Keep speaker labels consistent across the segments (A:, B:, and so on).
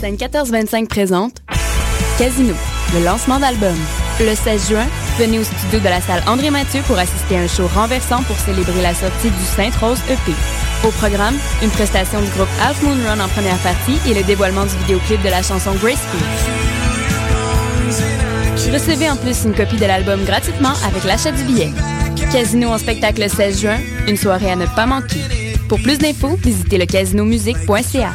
A: Scène 1425 présente Casino, le lancement d'album. Le 16 juin, venez au studio de la salle André Mathieu pour assister à un show renversant pour célébrer la sortie du Sainte-Rose EP. Au programme, une prestation du groupe Half Moon Run en première partie et le dévoilement du vidéoclip de la chanson Graceful. Recevez en plus une copie de l'album gratuitement avec l'achat du billet. Casino en spectacle le 16 juin, une soirée à ne pas manquer. Pour plus d'infos, visitez le casinomusique.ca.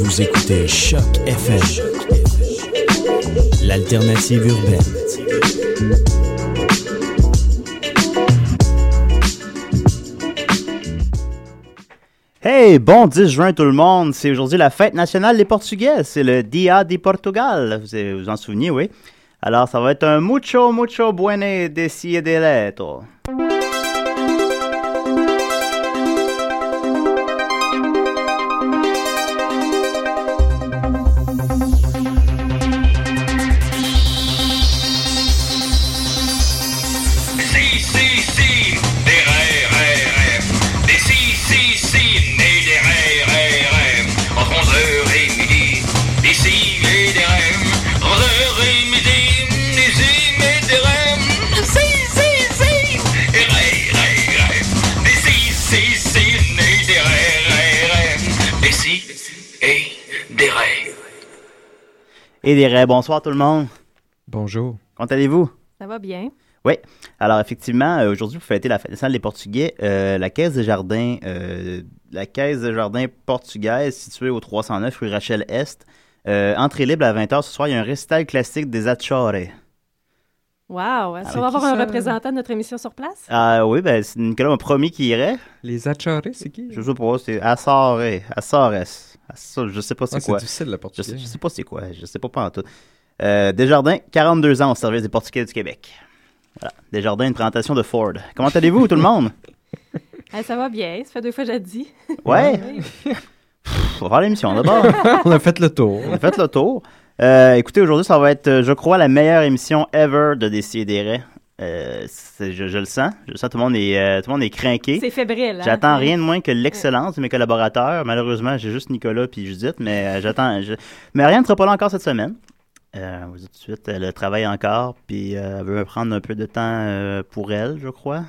B: Vous écoutez Choc FM, l'alternative urbaine.
C: Hey, bon 10 juin tout le monde, c'est aujourd'hui la fête nationale des Portugais, c'est le Dia de Portugal, vous vous en souvenez, oui. Alors ça va être un mucho, mucho buene desiderato. Et des rêves. Bonsoir tout le monde.
D: Bonjour.
C: Comment allez-vous?
E: Ça va bien.
C: Oui. Alors, effectivement, euh, aujourd'hui, vous fêtez la fête nationale des Portugais. Euh, la Caisse des Jardins, euh, la Caisse des Jardins portugaise, située au 309 rue Rachel Est. Euh, entrée libre à 20h ce soir, il y a un récital classique des Achores.
E: Wow! Est-ce qu'on va avoir Ah, ça? un représentant de notre émission sur place?
C: Ah oui, ben, Nicolas m'a promis qu'il irait.
D: Les Achores, c'est qui?
C: Je sais pas, c'est Açores. Açores. Ça, je sais pas Ah, c'est ouais, quoi.
D: C'est difficile, le portugais.
C: Je sais, je sais pas c'est quoi. Je sais pas pas en tout. Euh, Desjardins, 42 ans au service des Portugais du Québec. Voilà. Desjardins, une présentation de Ford. Comment allez-vous, tout le monde?
E: Ah, ça va bien. Ça fait deux fois que j'ai dit.
C: Ouais. Pff, on va faire l'émission d'abord.
D: on a fait le tour.
C: On a fait le tour. Euh, écoutez, aujourd'hui, ça va être, je crois, la meilleure émission ever de Décideret. Euh, je, je, le sens. Je le sens. Tout le monde est, euh, tout le monde est craqué.
E: C'est fébrile. Hein?
C: J'attends rien de moins que l'excellence de mes collaborateurs. Malheureusement, j'ai juste Nicolas puis Judith, mais euh, j'attends. Je... Mais rien ne sera pas là encore cette semaine. Euh, vous dites tout de suite, elle travaille encore, puis euh, elle veut prendre un peu de temps euh, pour elle, je crois.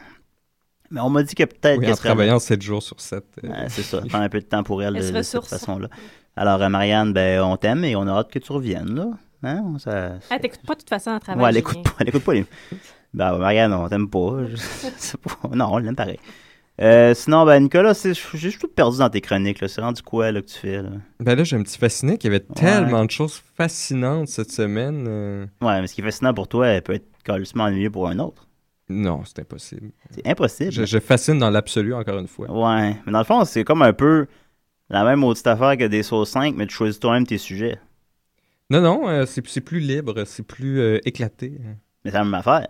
C: Mais on m'a dit que peut-être oui,
D: qu'elle sera... travaillant 7 jours sur 7.
C: c'est ça, prendre un peu de temps pour elle, elle de, de, cette façon-là. Alors, Marianne, ben, on t'aime et on a hâte que tu reviennes, là. Hein? Ça,
E: ça... Elle t'écoute Eh, pas de toute façon à travail.
C: Ouais, elle écoute pas, elle écoute pas les... Ben, Marianne, on t'aime pas. pas. Non, on l'aime pareil. Euh, sinon, ben, Nicolas, j'ai tout perdu dans tes chroniques. C'est rendu quoi là, que tu fais? Là?
D: Ben là, j'ai un petit fasciné qu'il y avait ouais. tellement de choses fascinantes cette semaine. Euh...
C: Ouais, mais ce qui est fascinant pour toi, elle peut être colissement ennuyeux pour un autre.
D: Non, c'est impossible.
C: C'est impossible.
D: Je, je, fascine dans l'absolu, encore une fois.
C: Ouais, mais dans le fond, c'est comme un peu la même autre affaire que des sauces 5, mais tu choisis toi-même tes sujets.
D: Non, non, euh, c'est plus libre, c'est plus euh, éclaté.
C: Mais c'est la même affaire.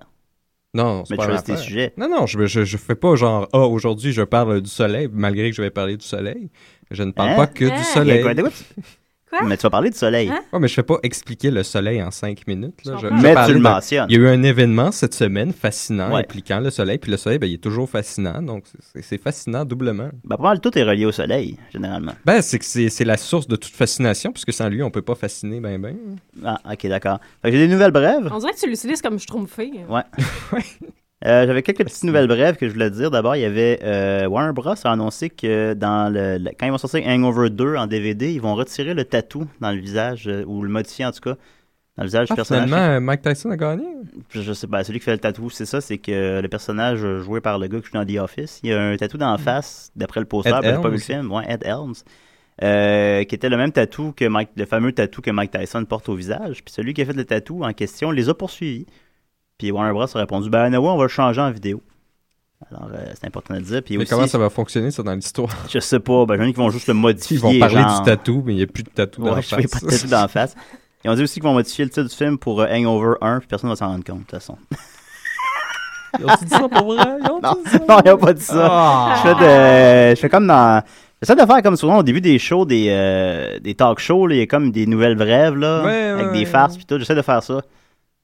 D: Non, non c'est
C: pas choisis tes sujets.
D: Non, non, je, je, je fais pas genre, ah, oh, aujourd'hui, je parle du soleil, malgré que je vais parler du soleil. Je ne parle hein? pas que hein? du soleil.
C: Quoi, Ah. quoi? Mais tu vas parler du soleil. Hein?
D: Ouais, mais je fais pas expliquer le soleil en cinq minutes. Là. Je,
C: mais tu le mentionnes.
D: Il y a eu un événement cette semaine fascinant ouais. impliquant le soleil, puis le soleil, ben, il est toujours fascinant, donc c'est fascinant doublement.
C: Ben, pas mal, tout est relié au soleil, généralement.
D: Ben, c'est que c'est la source de toute fascination, puisque sans lui, on peut pas fasciner ben ben.
C: Ah, ok, d'accord. J'ai des nouvelles brèves.
E: On dirait que tu l'utilises comme je trompée.
C: Ouais. Euh, J'avais quelques petites nouvelles brèves que je voulais dire. D'abord, il y avait euh, Warner Bros. a annoncé que dans le, le, quand ils vont sortir Hangover 2 en DVD, ils vont retirer le tatou dans le visage, euh, ou le modifier en tout cas, dans le visage
D: ah,
C: du personnage.
D: Finalement, Mike Tyson a gagné.
C: Je, je sais pas, celui qui fait le tatou, c'est ça, c'est que le personnage joué par le gars que je suis dans The Office, il y a un tatou
D: Mm.
C: dans la face, d'après le poster, parce que pas vu le film, ouais, Ed Helms. Euh, qui était le même tatou que Mike, le fameux tatou que Mike Tyson porte au visage. Puis celui qui a fait le tatou en question les a poursuivis. Puis Warner Bros a répondu Ben, anyway, on va le changer en vidéo. Alors, euh, c'est important de le dire. Puis
D: mais
C: aussi,
D: comment ça va fonctionner, ça, dans l'histoire
C: Je sais pas. Ben, j'en ai qui vont juste le modifier.
D: Ils vont parler
C: genre...
D: du tatou, mais il n'y a plus de tatou
C: ouais,
D: dans la
C: face. pas de tatou dans la face. Et on dit aussi qu'ils vont modifier le titre du film pour euh, Hangover 1, puis personne ne va s'en rendre compte, de toute façon.
D: Ils ont dit ça pour vrai Ils ont
C: non,
D: dit ça
C: non, ils n'ont pas dit ça. Ah. Je, fais de... je fais comme dans. J'essaie de faire comme souvent au début des shows, des, euh, des talk shows, il y a comme des nouvelles brèves, là,
D: ouais, ouais,
C: avec des farces, puis tout. J'essaie de faire ça.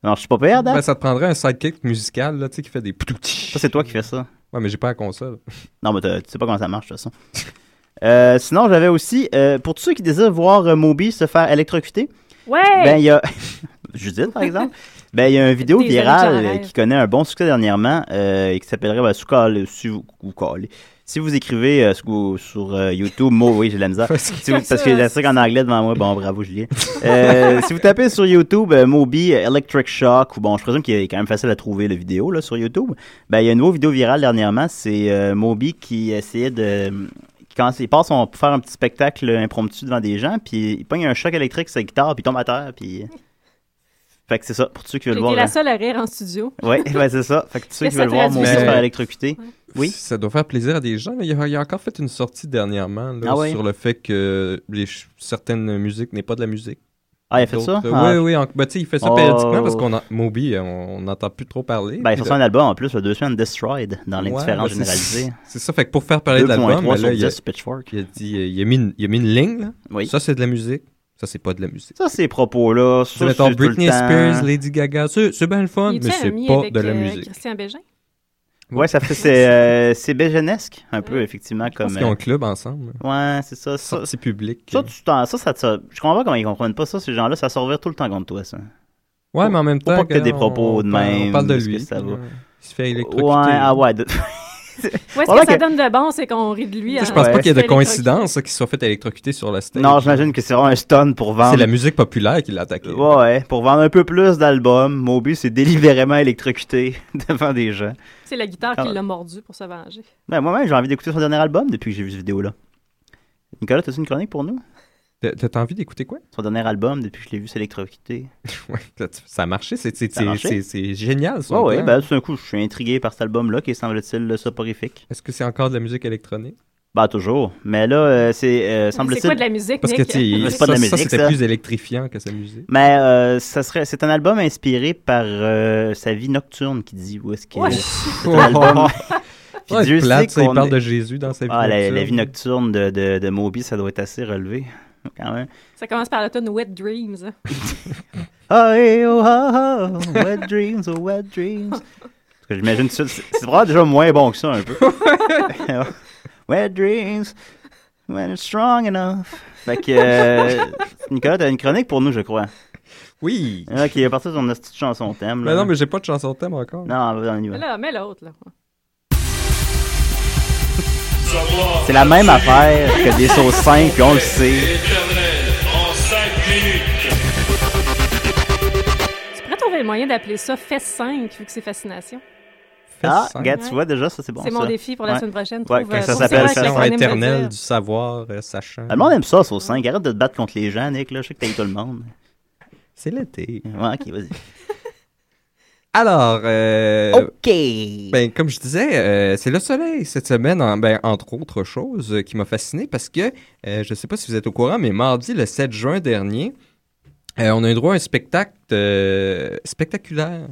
C: Alors, je suis pas payé, Dan.
D: Ben, ça te prendrait un sidekick musical, là, tu sais, qui fait des
C: hein. Ça, c'est toi qui fais ça.
D: Ouais, mais j'ai pas la console.
C: Non, mais t'as- tu sais pas comment ça marche, de toute façon. Euh, sinon, j'avais aussi, euh, pour tous ceux qui désirent voir euh, Moby se faire électrocuter,
E: Ouais!
C: ben il y a Judith, par exemple, ben il y a une vidéo
E: Des
C: virale
E: jeunes gens
C: euh,
E: rêvent.
C: qui connaît un bon succès dernièrement euh, et qui s'appellerait ben, sous call- si vous ou call- Si vous écrivez euh, sous- sur euh, YouTube, mot, oui, j'ai de la misère.
D: Parce que-
C: Si vous-
E: Comme
C: parce
E: ça,
C: que j'ai
E: hein.
C: la truc en anglais devant moi. Bon, bravo, Julien. Euh, si vous tapez sur YouTube euh, Moby euh, Electric Shock, ou bon, je présume qu'il est quand même facile à trouver la vidéo là, sur YouTube, ben, il y a une nouvelle vidéo virale dernièrement. C'est euh, Moby qui essayait de. Quand il passe on peut faire un petit spectacle impromptu devant des gens, puis il pogne un choc électrique sur sa guitare, puis il tombe à terre, puis. euh, Fait que c'est ça, pour tous ceux qui veulent
E: J'étais
C: voir. hein.
E: la seule à rire en studio.
C: Oui, ben c'est ça. Fait que tous ceux
E: Que
C: qui
E: ça
C: veulent voir
E: traduise
C: Moby se
D: ça.
C: faire électrocuter. Oui.
D: Ça doit faire plaisir à des gens. là. Il a, il a encore fait une sortie dernièrement là,
C: Ah ouais?
D: sur le fait que les ch- certaines musiques n'est pas de la musique.
C: Ah, il a fait ça?
D: D'autres-
C: Ah,
D: oui, oui. en- ben, tu sais, il fait ça
C: Oh.
D: périodiquement parce qu'on en- Moby, euh, on n'entend plus trop parler.
C: Ben, il
D: Puis
C: a sorti
D: là-
C: un album en plus, le deux semaines Destroyed, dans les
D: Ouais,
C: différences
D: ben, c'est-
C: généralisées.
D: C'est ça. Fait que pour faire parler de l'album,
C: 2.3
D: ben,
C: sur
D: là, il, a,
C: 10 Pitchfork.
D: il a dit, euh, il, a mis une, il a mis une ligne. là.
C: Oui.
D: Ça, c'est de la musique. Ça, c'est pas de la musique.
C: Ça, ces propos-là,
D: Tu
C: ça,
D: sais,
C: c'est
D: mettons
C: tout le
D: Britney
C: temps.
D: Spears, Lady Gaga, c'est c'est bien le fun,
E: Il
D: mais
E: était
D: c'est
E: ami
D: pas
E: avec
D: de la
E: euh,
D: musique.
E: Christian Bégin.
C: Ouais, ça fait, c'est, euh, c'est béjeunesque, un peu, effectivement,
D: Parce
C: comme.
D: qu'ils ont un club ensemble.
C: euh,
D: hein.
C: Ouais, c'est ça. Ça,
D: Sortie publique.
C: ça, tu t'en- ça, ça, te- je comprends pas comment ils comprennent pas ça, ces gens-là, ça sort tout le temps contre toi, ça.
D: Ouais, mais en même
C: faut
D: temps.
C: pas que t'aies des
D: on-
C: propos de
D: on parle-
C: même,
D: On parle de
C: parce que
D: lui.
C: ça
D: puis,
C: va.
D: euh, Il se fait électrocuter.
C: Ouais, ah ouais. de-
E: Où est-ce
C: Ouais,
E: que ça
C: que-
E: donne de bon, c'est qu'on rit de lui.
D: Tu sais, Je
E: hein,
D: pense
C: Ouais.
D: pas qu'il y ait de
E: fait électrocuter.
D: coïncidence ça, qu'il soit fait électrocuter sur la stage.
C: Non, j'imagine que c'est vraiment un stun pour
D: C'est
C: vendre.
D: la musique populaire qui l'a attaqué.
C: Ouais, ouais, pour vendre un peu plus d'albums, Moby s'est délibérément électrocuté devant des gens.
E: C'est la guitare
C: Ah.
E: qui l'a mordu pour se venger.
C: Ben, moi-même, j'ai envie d'écouter son dernier album depuis que j'ai vu cette vidéo-là. Nicolas, t'as-tu une chronique pour nous?
D: T'as- T'as envie d'écouter quoi?
C: Son dernier album depuis que je l'ai vu s'électrocuter.
D: Ouais, ça- ça a marché. c'est- c'est-
C: Ça a
D: c'est-
C: marché.
D: C'est c'est génial. son
C: Ouais, ouais,
D: plan.
C: ben, tout d'un coup, je suis intrigué par cet album-là qui est, semble-t-il, le soporifique.
D: Est-ce que c'est encore de la musique électronique?
C: Bah, toujours. Mais là, euh, c'est, euh, semble-t-il.
E: C'est quoi de la musique,
D: Parce que
E: Nick?
D: tu sais,
C: Mais c'est
D: ça,
C: pas de la
D: ça,
C: musique,
D: c'était
C: ça.
D: plus électrifiant que sa musique.
C: Mais euh, ça serait, c'est un album inspiré par euh, sa vie nocturne qui dit où est-ce qu'il
E: Ouais.
D: Oh,
C: un album. Puis
D: Ouais,
C: Dieu sait
D: plate, ça, il
C: qu'on
D: parle
C: est-
D: de Jésus dans sa vie.
C: Ah, la, la vie
D: nocturne.
C: nocturne de, de, de Moby, ça doit être assez relevé, quand même.
E: Ça commence par la tune Wet Dreams.
C: Oh, hey, oh, oh, oh, wet dreams, oh, wet dreams. Parce que j'imagine ça, c'est c'est probablement déjà moins bon que ça, un peu. wet dreams, when it's strong enough. Fait que, euh, Nicolas, t'as une chronique pour nous, je crois.
D: Oui.
C: Ah, qui est parti sur notre petite chanson thème.
D: Mais
C: Là.
D: Ben non, mais j'ai pas de chanson de thème encore.
C: Non, on y va.
E: Là, mets l'autre. là.
C: C'est la même affaire que des sauces 5, puis on le sait.
E: Tu pourrais trouver le moyen d'appeler ça Fess 5, vu que c'est fascination.
D: Fais
C: Ah,
D: ça.
C: regarde, tu vois, déjà, ça, c'est bon.
E: c'est
C: ça.
E: mon défi pour la
C: Ouais.
E: semaine prochaine.
C: Ouais,
E: Trouve,
C: quand
E: euh,
C: ça
E: trouve
C: s'appelle
E: c'est quoi
C: Fascination
E: l'acronyme de dire.
D: éternelle du savoir euh, sachant.
C: Ah, Le monde aime ça, sauce 5. Arrête de te battre contre les gens, Nick. Là. Je sais que t'aimes tout le monde.
D: C'est l'été.
C: Ouais, ok, vas-y.
D: Alors, euh,
C: ok.
D: ben, comme je disais, euh, c'est le soleil cette semaine, en- ben, entre autres choses, euh, qui m'a fasciné parce que, euh, je ne sais pas si vous êtes au courant, mais mardi, le 7 juin dernier, euh, on a eu droit à un spectacle euh, spectaculaire.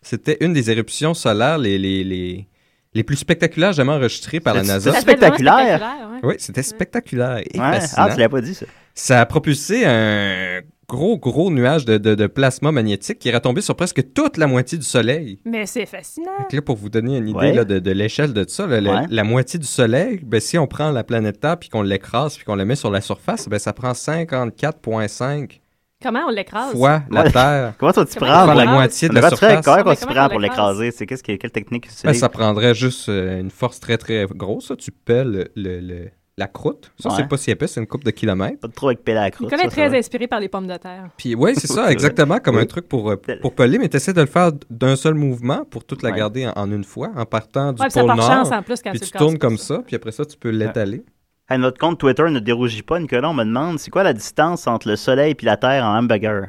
D: C'était une des éruptions solaires les, les, les, les plus spectaculaires jamais enregistrées par la
C: C'est-
D: NASA.
E: Ça s'appelle
C: Spectaculaire.
E: vraiment spectaculaire, ouais.
D: Oui, c'était spectaculaire et
C: Ouais.
D: fascinant.
C: Ah, tu l'avais pas dit, ça.
D: Ça a propulsé un gros, gros nuage de, de, de plasma magnétique qui est retombé sur presque toute la moitié du Soleil.
E: Mais c'est fascinant.
D: Fait que là, pour vous donner une idée
C: Ouais.
D: là, de, de l'échelle de ça, là, la,
C: Ouais.
D: la moitié du Soleil, ben, si on prend la planète Terre puis qu'on l'écrase puis qu'on la met sur la surface, ben, ça prend 54,5
E: Comment on l'écrase?
D: fois la
C: Ouais.
D: Terre
C: Comment toi, tu
E: Comment
C: prends
D: pour
E: on
D: la
E: l'écrase?
D: moitié de
C: Le
D: la
C: très
D: surface.
C: corps qu'on
E: Mais
C: se
E: comment
C: prend
E: on
C: pour
E: l'écrase?
C: l'écraser, c'est qu'est-ce que, quelle technique tu
D: Ben, ça prendrait juste euh, une force très, très grosse. là. Tu pelles le- le- la croûte. Ça,
C: Ouais.
D: c'est pas si épais, c'est une coupe de kilomètres.
C: Pas de trop avec pédale à croûte.
E: Nicolas
C: ça,
E: est
C: ça
E: très
C: va.
E: inspiré par les pommes de terre.
D: Puis oui, c'est
C: C'est
D: ça,
C: vrai.
D: exactement comme
C: Oui.
D: un truc pour, euh, pour peler, mais tu essaies de le faire d'un seul mouvement pour toute la
C: Ouais.
D: garder en, en une fois, en partant du
E: Ouais, puis ça
D: pôle
E: part chance
D: nord.
E: en plus quand
D: Puis
E: tu
D: tu
E: le
D: tournes
E: casses
D: comme ça, puis après ça, tu peux l'étaler.
C: Hey, notre compte Twitter ne dérougit pas, Nicolas. On me demande, c'est quoi la distance entre le soleil et la Terre en hamburger?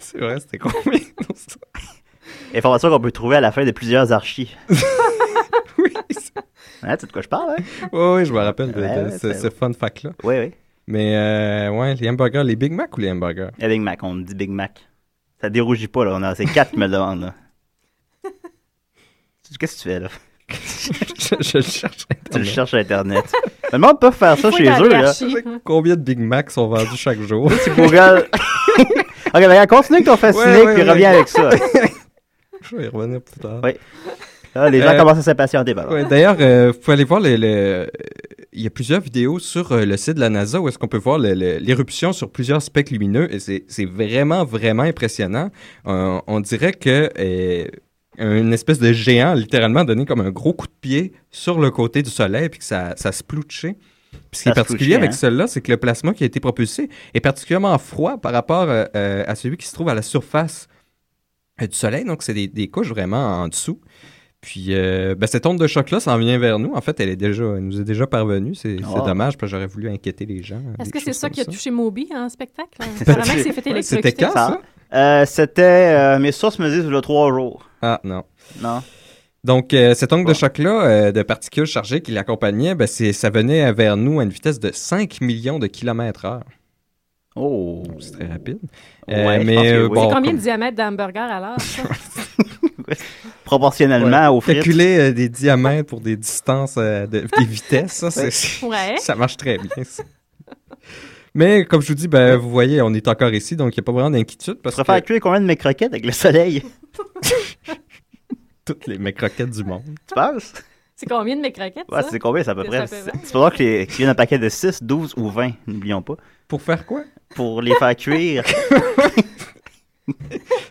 D: C'est vrai, c'était combien? non, ça?
C: Information qu'on peut trouver à la fin de plusieurs archives.
D: oui, c'est-
C: Hein, tu sais de quoi je parle, hein?
D: Ouais, ouais, je me rappelle de, de
C: Ouais, ouais,
D: ce,
C: c'est-
D: ce fun fact-là.
C: Oui, oui.
D: Mais euh, ouais, les hamburgers, les Big Mac ou les hamburgers?
C: Et Eh, Big Mac, on me dit Big Mac. Ça dérougit pas, là. On a, c'est quatre qui me le demandent, là. Qu'est-ce que tu fais, là?
D: je, je le cherche.
C: Tu le
D: Internet.
C: cherches sur Internet. Le monde peut faire
E: Il
C: ça
E: faut
C: chez
E: être dans
C: eux,
E: la
C: là.
E: hiérarchie.
D: Combien de Big Mac sont vendus chaque jour?
C: Tu Google. Ok, ben, continue avec ton fasciné,
D: Ouais, ouais,
C: puis
D: ouais.
C: reviens avec ça.
D: Je vais y revenir plus tard.
C: Ouais. Ah, les gens
D: Euh,
C: commencent à s'impatienter. par
D: Ouais, D'ailleurs, euh, vous pouvez aller voir le- le- Il y a plusieurs vidéos sur euh, le site de la NASA où est-ce qu'on peut voir le- le- l'éruption sur plusieurs specs lumineux et c'est c'est vraiment, vraiment impressionnant. Euh, on dirait que euh, une espèce de géant a littéralement donné comme un gros coup de pied sur le côté du soleil puis que ça, ça se plouchait. Puis ce qui
C: Ça
D: est
C: se
D: particulier
C: plouchait,
D: avec
C: hein.
D: celle-là, c'est que le plasma qui a été propulsé est particulièrement froid par rapport euh, euh, à celui qui se trouve à la surface euh, du soleil. Donc, c'est des, des couches vraiment en dessous. Puis, euh, ben, cette onde de choc-là s'en vient vers nous. En fait, elle, est déjà, elle nous est déjà parvenue. C'est c'est
C: Oh.
D: dommage, parce que j'aurais voulu inquiéter les gens.
E: Est-ce
D: des
E: que c'est
D: choses
E: ça
D: comme
E: qui a touché Moby en spectacle? Apparemment, il s'est fait
D: Ouais,
E: électrocuter.
D: C'était quand, ça?
C: Euh, C'était. euh, mes sources me disent il y a trois jours.
D: Ah, non.
C: Non.
D: Donc, euh, cette onde
C: Bon.
D: de choc-là, euh, de particules chargées qui l'accompagnait, ben, c'est- ça venait vers nous à une vitesse de 5 millions de kilomètres heure.
C: Oh.
D: Donc, C'est très rapide.
C: Ouais,
D: Euh,
C: je
D: mais,
C: pense que
D: euh,
C: oui.
D: bon,
E: C'est combien
D: comme-
E: de diamètre d'hamburger à l'heure, ça?
C: Proportionnellement au frites.
D: Calculer euh, des diamètres pour des distances, euh, de- des vitesses, ça, c'est-
E: Ouais.
D: ça marche très bien. ça. Mais comme je vous dis, ben, vous voyez, on est encore ici, donc il n'y a pas vraiment d'inquiétude
C: Je
D: parce
C: préfère
D: que
C: cuire combien de mes croquettes avec le soleil?
D: toutes les mes croquettes du monde.
C: tu penses?
E: C'est combien de mes croquettes,
C: Ouais,
E: ça?
C: c'est combien, ça, à peu
E: C'est
C: près?
E: ça, à peu
C: C'est
E: près.
C: c'est pas vrai que les- qu'ils viennent un paquet de 6, 12 ou 20, n'oublions pas.
D: Pour faire quoi?
C: Pour les faire cuire.
D: Tu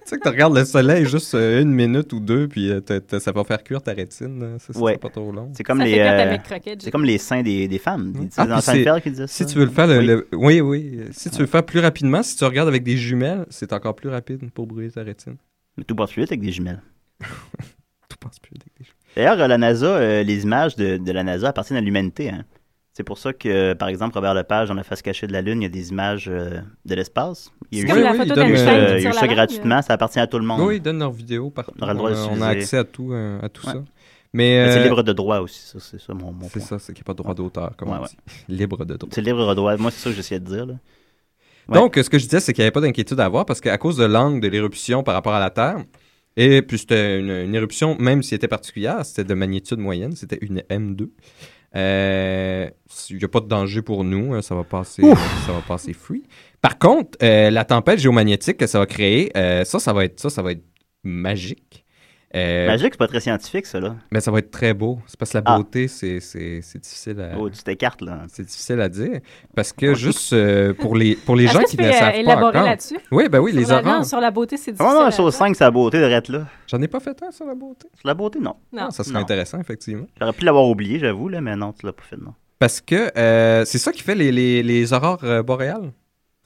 D: sais que tu regardes le soleil juste euh, une minute ou deux, puis euh, t'as- t'as- ça va faire cuire ta rétine. euh, Ça, ça
C: Ouais.
D: sera pas trop long.
C: C'est comme
E: ça
C: les.
E: fait quatre
C: euh,
E: avec croquettes.
C: c'est comme les seins des, des femmes. Ils disent
D: Ah,
C: dans
D: puis c'est-
C: Seinfeld qu'ils disent ça.
D: Si tu veux le faire, le-
C: Oui.
D: le- oui. oui, euh, Si tu veux le faire plus rapidement, si tu regardes avec des jumelles, c'est encore plus rapide pour brûler ta rétine.
C: Mais tout passe plus vite avec des jumelles.
D: Tout passe plus vite avec des jumelles.
C: D'ailleurs, euh, la NASA, euh, les images de, de la NASA appartiennent à l'humanité. hein. C'est pour ça que, euh, par exemple, Robert Lepage, dans la face cachée de la Lune, il y a des images euh, de l'espace. Il y a
E: C'est
C: eu
E: comme
D: Oui,
E: la
D: oui,
E: photo
D: il donne,
C: Il y a eu ça,
E: d'Einstein
D: euh,
C: il y
E: sur
C: a eu
E: la
C: ça
E: langue.
C: gratuitement, ça appartient à tout le monde.
D: Oui, ils donnent leurs vidéos partout.
C: On aura le droit de
D: Euh, on a
C: diffuser.
D: accès à tout, euh, à tout
C: Ouais.
D: ça. Mais
C: Mais
D: euh,
C: C'est libre de droit aussi, ça, c'est ça mon, mon
D: c'est
C: point.
D: ça, c'est qu'il n'y a pas de droit d'auteur, comme
C: Ouais,
D: on
C: ouais.
D: dit. Libre de droit.
C: C'est libre de droit. Moi, c'est ça que j'essayais de dire. là. Ouais.
D: Donc, euh, ce que je disais, c'est qu'il n'y avait pas d'inquiétude à avoir parce qu'à cause de l'angle de l'éruption par rapport à la Terre, et puis c'était une, une éruption, même si elle était particulière, c'était de magnitude moyenne, c'était une M2. Euh, Il n'y a pas de danger pour nous, euh, ça va passer, ça va passer free. Par contre, euh, la tempête géomagnétique que ça va créer, euh, ça, ça va être, ça, ça va être magique. Euh,
C: Magique, c'est pas très scientifique, ça. Là.
D: Mais ça va être très beau. C'est parce que la
C: Ah.
D: beauté, c'est, c'est, c'est difficile à...
C: Oh, tu t'écartes, là.
D: C'est difficile à dire. Parce que juste euh, pour les, pour les
E: Est-ce
D: gens
E: que
D: qui
E: tu peux
D: ne savent
E: euh,
D: pas
E: élaborer
D: encore...
E: là-dessus?
D: Oui, ben oui,
E: Sur
D: les
E: la- non,
D: oranges.
E: sur la beauté, c'est difficile.
C: Comment
E: à
C: non, sur
E: voir.
C: 5, c'est la beauté de Rette, là.
D: J'en ai pas fait un sur la beauté.
C: Sur la beauté, non.
E: Non.
D: Ah, ça serait
C: Non.
D: intéressant, effectivement.
C: J'aurais pu l'avoir oublié, j'avoue, là, mais non, tu l'as pas fait, non.
D: Parce que euh, c'est ça qui fait les, les, les aurores euh, boréales.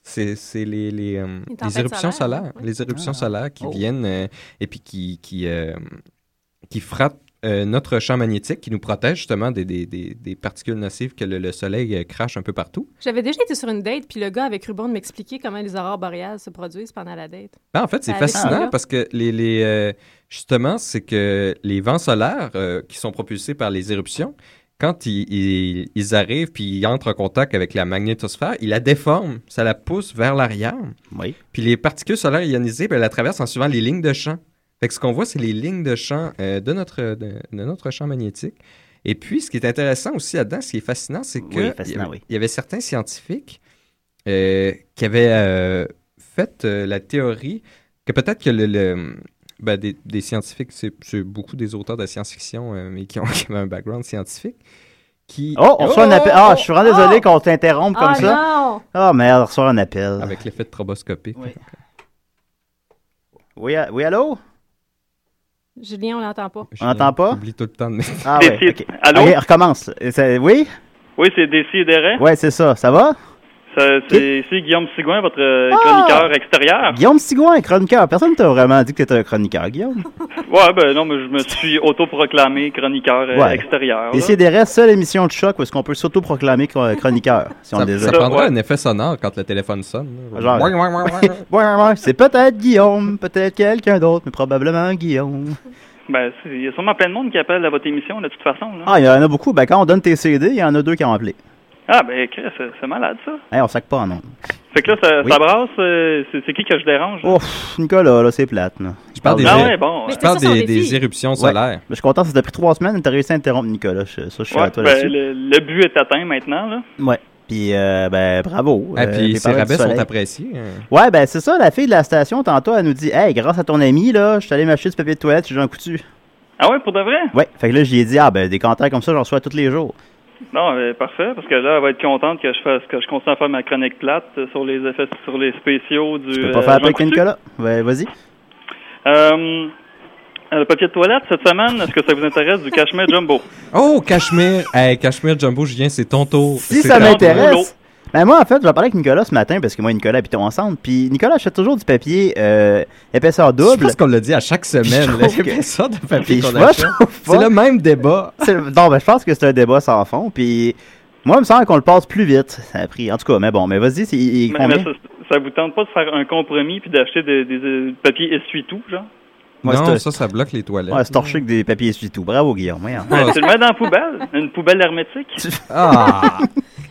D: C'est c'est les, les, euh,
E: Les tempêtes
D: les éruptions
E: solaires,
D: solaires.
E: ouais.
D: Les éruptions
C: Ah.
D: solaires qui
C: Oh.
D: viennent euh, et puis qui, qui, euh, qui frappent euh, notre champ magnétique, qui nous protège justement des, des, des, des particules nocives que le, le soleil euh, crache un peu partout.
E: J'avais déjà été sur une date, puis le gars avait cru bon de m'expliquer comment les aurores boréales se produisent pendant la date.
D: Ben, en fait, c'est
E: Avec
D: fascinant
E: celui-là.
D: parce que les, les, euh, justement, c'est que les vents solaires euh, qui sont propulsés par les éruptions, quand ils, ils- ils arrivent puis ils entrent en contact avec la magnétosphère, ils la déforment, ça la pousse vers l'arrière.
C: Oui.
D: Puis les particules solaires ionisées, ben, elles la traversent en suivant les lignes de champ. Fait que ce qu'on voit, c'est les lignes de champ euh, de, notre, de, de notre champ magnétique. Et puis, ce qui est intéressant aussi là-dedans, ce qui est fascinant, c'est que
C: Oui, fascinant,
D: il, y avait,
C: oui.
D: il y avait certains scientifiques euh, qui avaient euh, fait euh, la théorie que peut-être que le, le- ben, des, des scientifiques, c'est c'est beaucoup des auteurs de science-fiction, euh, mais qui ont qui avaient un background scientifique, qui...
C: Oh, on reçoit un appel. Ah, je suis vraiment désolé
E: Oh!
C: qu'on t'interrompe comme
E: Ah
C: ça.
E: non!
C: Ah, merde, on reçoit un appel.
D: Avec l'effet de troboscopie.
C: Oui. Oui, a- oui, allô?
E: Julien, on l'entend pas.
D: Je-
C: entend pas?
D: J'oublie tout le temps de mettre-
C: Ah,
F: Des
C: ouais,
F: titres.
C: ok.
F: Allô?
C: Ok, recommence. Et ça- oui?
F: Oui, c'est Décideret.
C: Ouais, c'est ça. Ça va?
F: Ça, C'est ici Guillaume Sigouin, votre euh,
C: Ah!
F: chroniqueur extérieur.
C: Guillaume Sigouin, chroniqueur. Personne t'a vraiment dit que t'étais un chroniqueur, Guillaume.
F: Ouais, ben non, mais je me suis autoproclamé chroniqueur euh,
C: Ouais.
F: extérieur. là.
C: Et c'est des restes, seule émission de choc où est-ce qu'on peut s'auto-proclamer chro- chroniqueur, si on
D: Ça,
C: le désire.
D: ça prendrait
F: Ouais.
D: un effet sonore quand le téléphone sonne. là.
C: Ah, Genre-
D: Ouin, ouin, ouin, ouin.
C: Ouais, ouais, c'est peut-être Guillaume, peut-être quelqu'un d'autre, mais probablement Guillaume.
F: Ben, c'est- il y a sûrement plein de monde qui appelle à votre émission, de toute façon. Là.
C: Ah, il y en a beaucoup. Ben, quand on donne tes CD, il y en a deux qui ont appelé.
F: Ah, ben, Chris, c'est c'est malade, ça.
C: Hey, on sac pas en nom.
F: Fait que là, ça,
C: Oui.
F: ça brasse. euh, c'est c'est qui que je dérange? là?
C: Oh, pff, Nicolas, là, c'est plate, là. Ben,
D: Je parle des,
F: ah
D: é-
F: ouais, bon.
E: Mais
D: je parle
E: C'est ça,
D: des,
E: son
D: des
E: défi.
D: éruptions solaires.
C: Je suis content, ça t'a pris trois semaines, t'as réussi à interrompre Nicolas. Je- Ça, je suis
F: ouais,
C: à toi
F: ben,
C: là-dessus.
F: le, le but est atteint maintenant, là.
C: Ouais. Puis, euh, ben, bravo.
F: Ah,
C: euh,
F: puis
C: les
F: ces
C: paroles du
F: rabais sont
C: soleil.
F: appréciés. hein.
C: Ouais, ben, c'est ça, la fille de la station, tantôt, elle nous dit Hey, grâce à ton ami, là, je suis allé m'acheter du papier de toilette chez Jean Coutu.
D: Ah ouais, pour de vrai?
C: Ouais, fait que là, j'y ai dit Ah, ben, des commentaires comme ça, j'en reçois tous les jours.
D: Non, mais ben, parfait, parce que là, elle va être contente que je fasse que je continue à faire ma chronique plate euh, sur les effets sur les spéciaux du. euh,
C: Tu peux pas faire avec
D: une
C: Nicolas. Ouais, vas-y.
D: Euh, le papier de toilette, cette semaine, est-ce que ça vous intéresse du cachemire jumbo?
F: Oh, Cachemire! Hey, Cachemire Jumbo, Julien, c'est ton tour.
C: Si
F: C'est
C: ça
F: ton
D: boulot.
C: m'intéresse. Ben moi, en fait, je vais parler avec Nicolas ce matin parce que moi et Nicolas habitons ensemble. Puis Nicolas achète toujours du papier euh, épaisseur
F: Je
C: double.
F: pense qu'on l'a dit à chaque semaine.
C: trouve
F: là.
C: que-
F: C'est ça de papier
C: Puis
F: qu'on
C: je- moi, je
F: achète.
C: trouve
F: C'est
C: pas-
F: le même débat.
C: c'est le- Non, ben je pense que c'est un débat sans fond. Puis moi, il me semble qu'on le passe plus vite. Ça a pris. En tout cas, mais bon, mais vas-y, c'est il- il-
D: Mais-
C: combien?
D: mais ça, ça vous tente pas de faire un compromis puis d'acheter des, des, euh, papiers essuie-tout, genre?
C: Ouais,
F: non,
C: c'est
F: ça, ça bloque les toilettes.
C: ouais, c'est torché avec des papiers essuie tout. Bravo, Guillaume. merde.
F: Ah,
D: Tu le mets dans la poubelle, une poubelle hermétique.
F: Ah!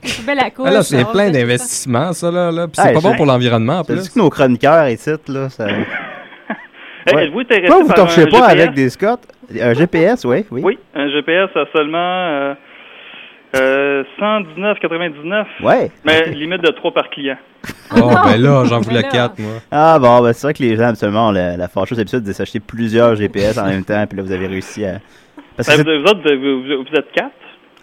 E: C'est belle la course.
F: Ah, là, c'est
E: on
F: plein
E: fait-
F: d'investissements, ça, là. là. Puis c'est
C: Hey,
F: pas bon
C: j'ai-
F: pour l'environnement, en
C: T'as
F: plus.
C: dit que nos chroniqueurs et titres, là, ça...
D: Hey,
C: Ouais.
D: Êtes-vous intéressé
C: Pourquoi vous
D: par
C: torchez
D: un
C: pas
D: GPS?
C: avec des Scots? Un GPS, oui, oui.
D: Oui, un GPS à seulement euh, euh, 119,99.
C: Ouais.
D: Mais limite de 3 par client.
F: Oh, ben là, j'en
E: Mais
F: voulais
E: là.
F: quatre, moi.
C: Ah bon, ben c'est vrai que les gens, absolument, ont la, la fâcheuse habitude de s'acheter plusieurs GPS en même temps, puis là, vous avez réussi à... Parce que
D: Ben,
C: c'est-
D: vous, vous autres, vous, vous- vous êtes 4.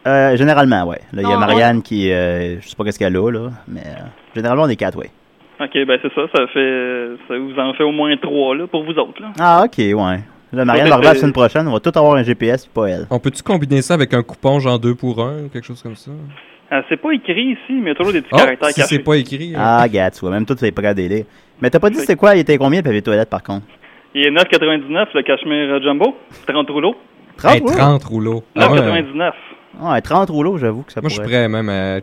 C: euh, généralement, ouais. Là, il y a
E: Non,
C: Marianne qui... euh, je sais pas qu'est-ce qu'elle a, là, mais... euh, généralement, on est quatre, ouais.
D: OK, ben c'est ça, ça fait ça vous en fait au moins 3 là, pour vous autres. Là.
C: Ah, OK, ouais. Là, Marianne
D: Ouais,
C: va arriver la
D: c'est-
C: semaine prochaine, on va tout avoir un GPS, puis pas elle.
F: On peut-tu combiner ça avec un coupon genre 2 pour 1 ou quelque chose comme ça?
D: Ah, c'est pas écrit ici, mais il y a toujours des petits
F: Oh,
D: caractères
F: si c'est
D: cachés.
F: pas écrit. hein.
C: Ah, gars, tu vois, même tout, c'est pas délire. Mais t'as pas dit c'était quoi, il était combien le papier de toilette, par contre?
F: Ben,
D: Il est 9,99 le cachemire jumbo, 30 rouleaux.
F: Hey,
C: rouleaux?
F: 30 rouleaux. Ah, ouais.
D: 9,99.
C: Ouais, 30 rouleaux, j'avoue que ça
F: Moi, je suis
C: pourrait...
F: prêt même à,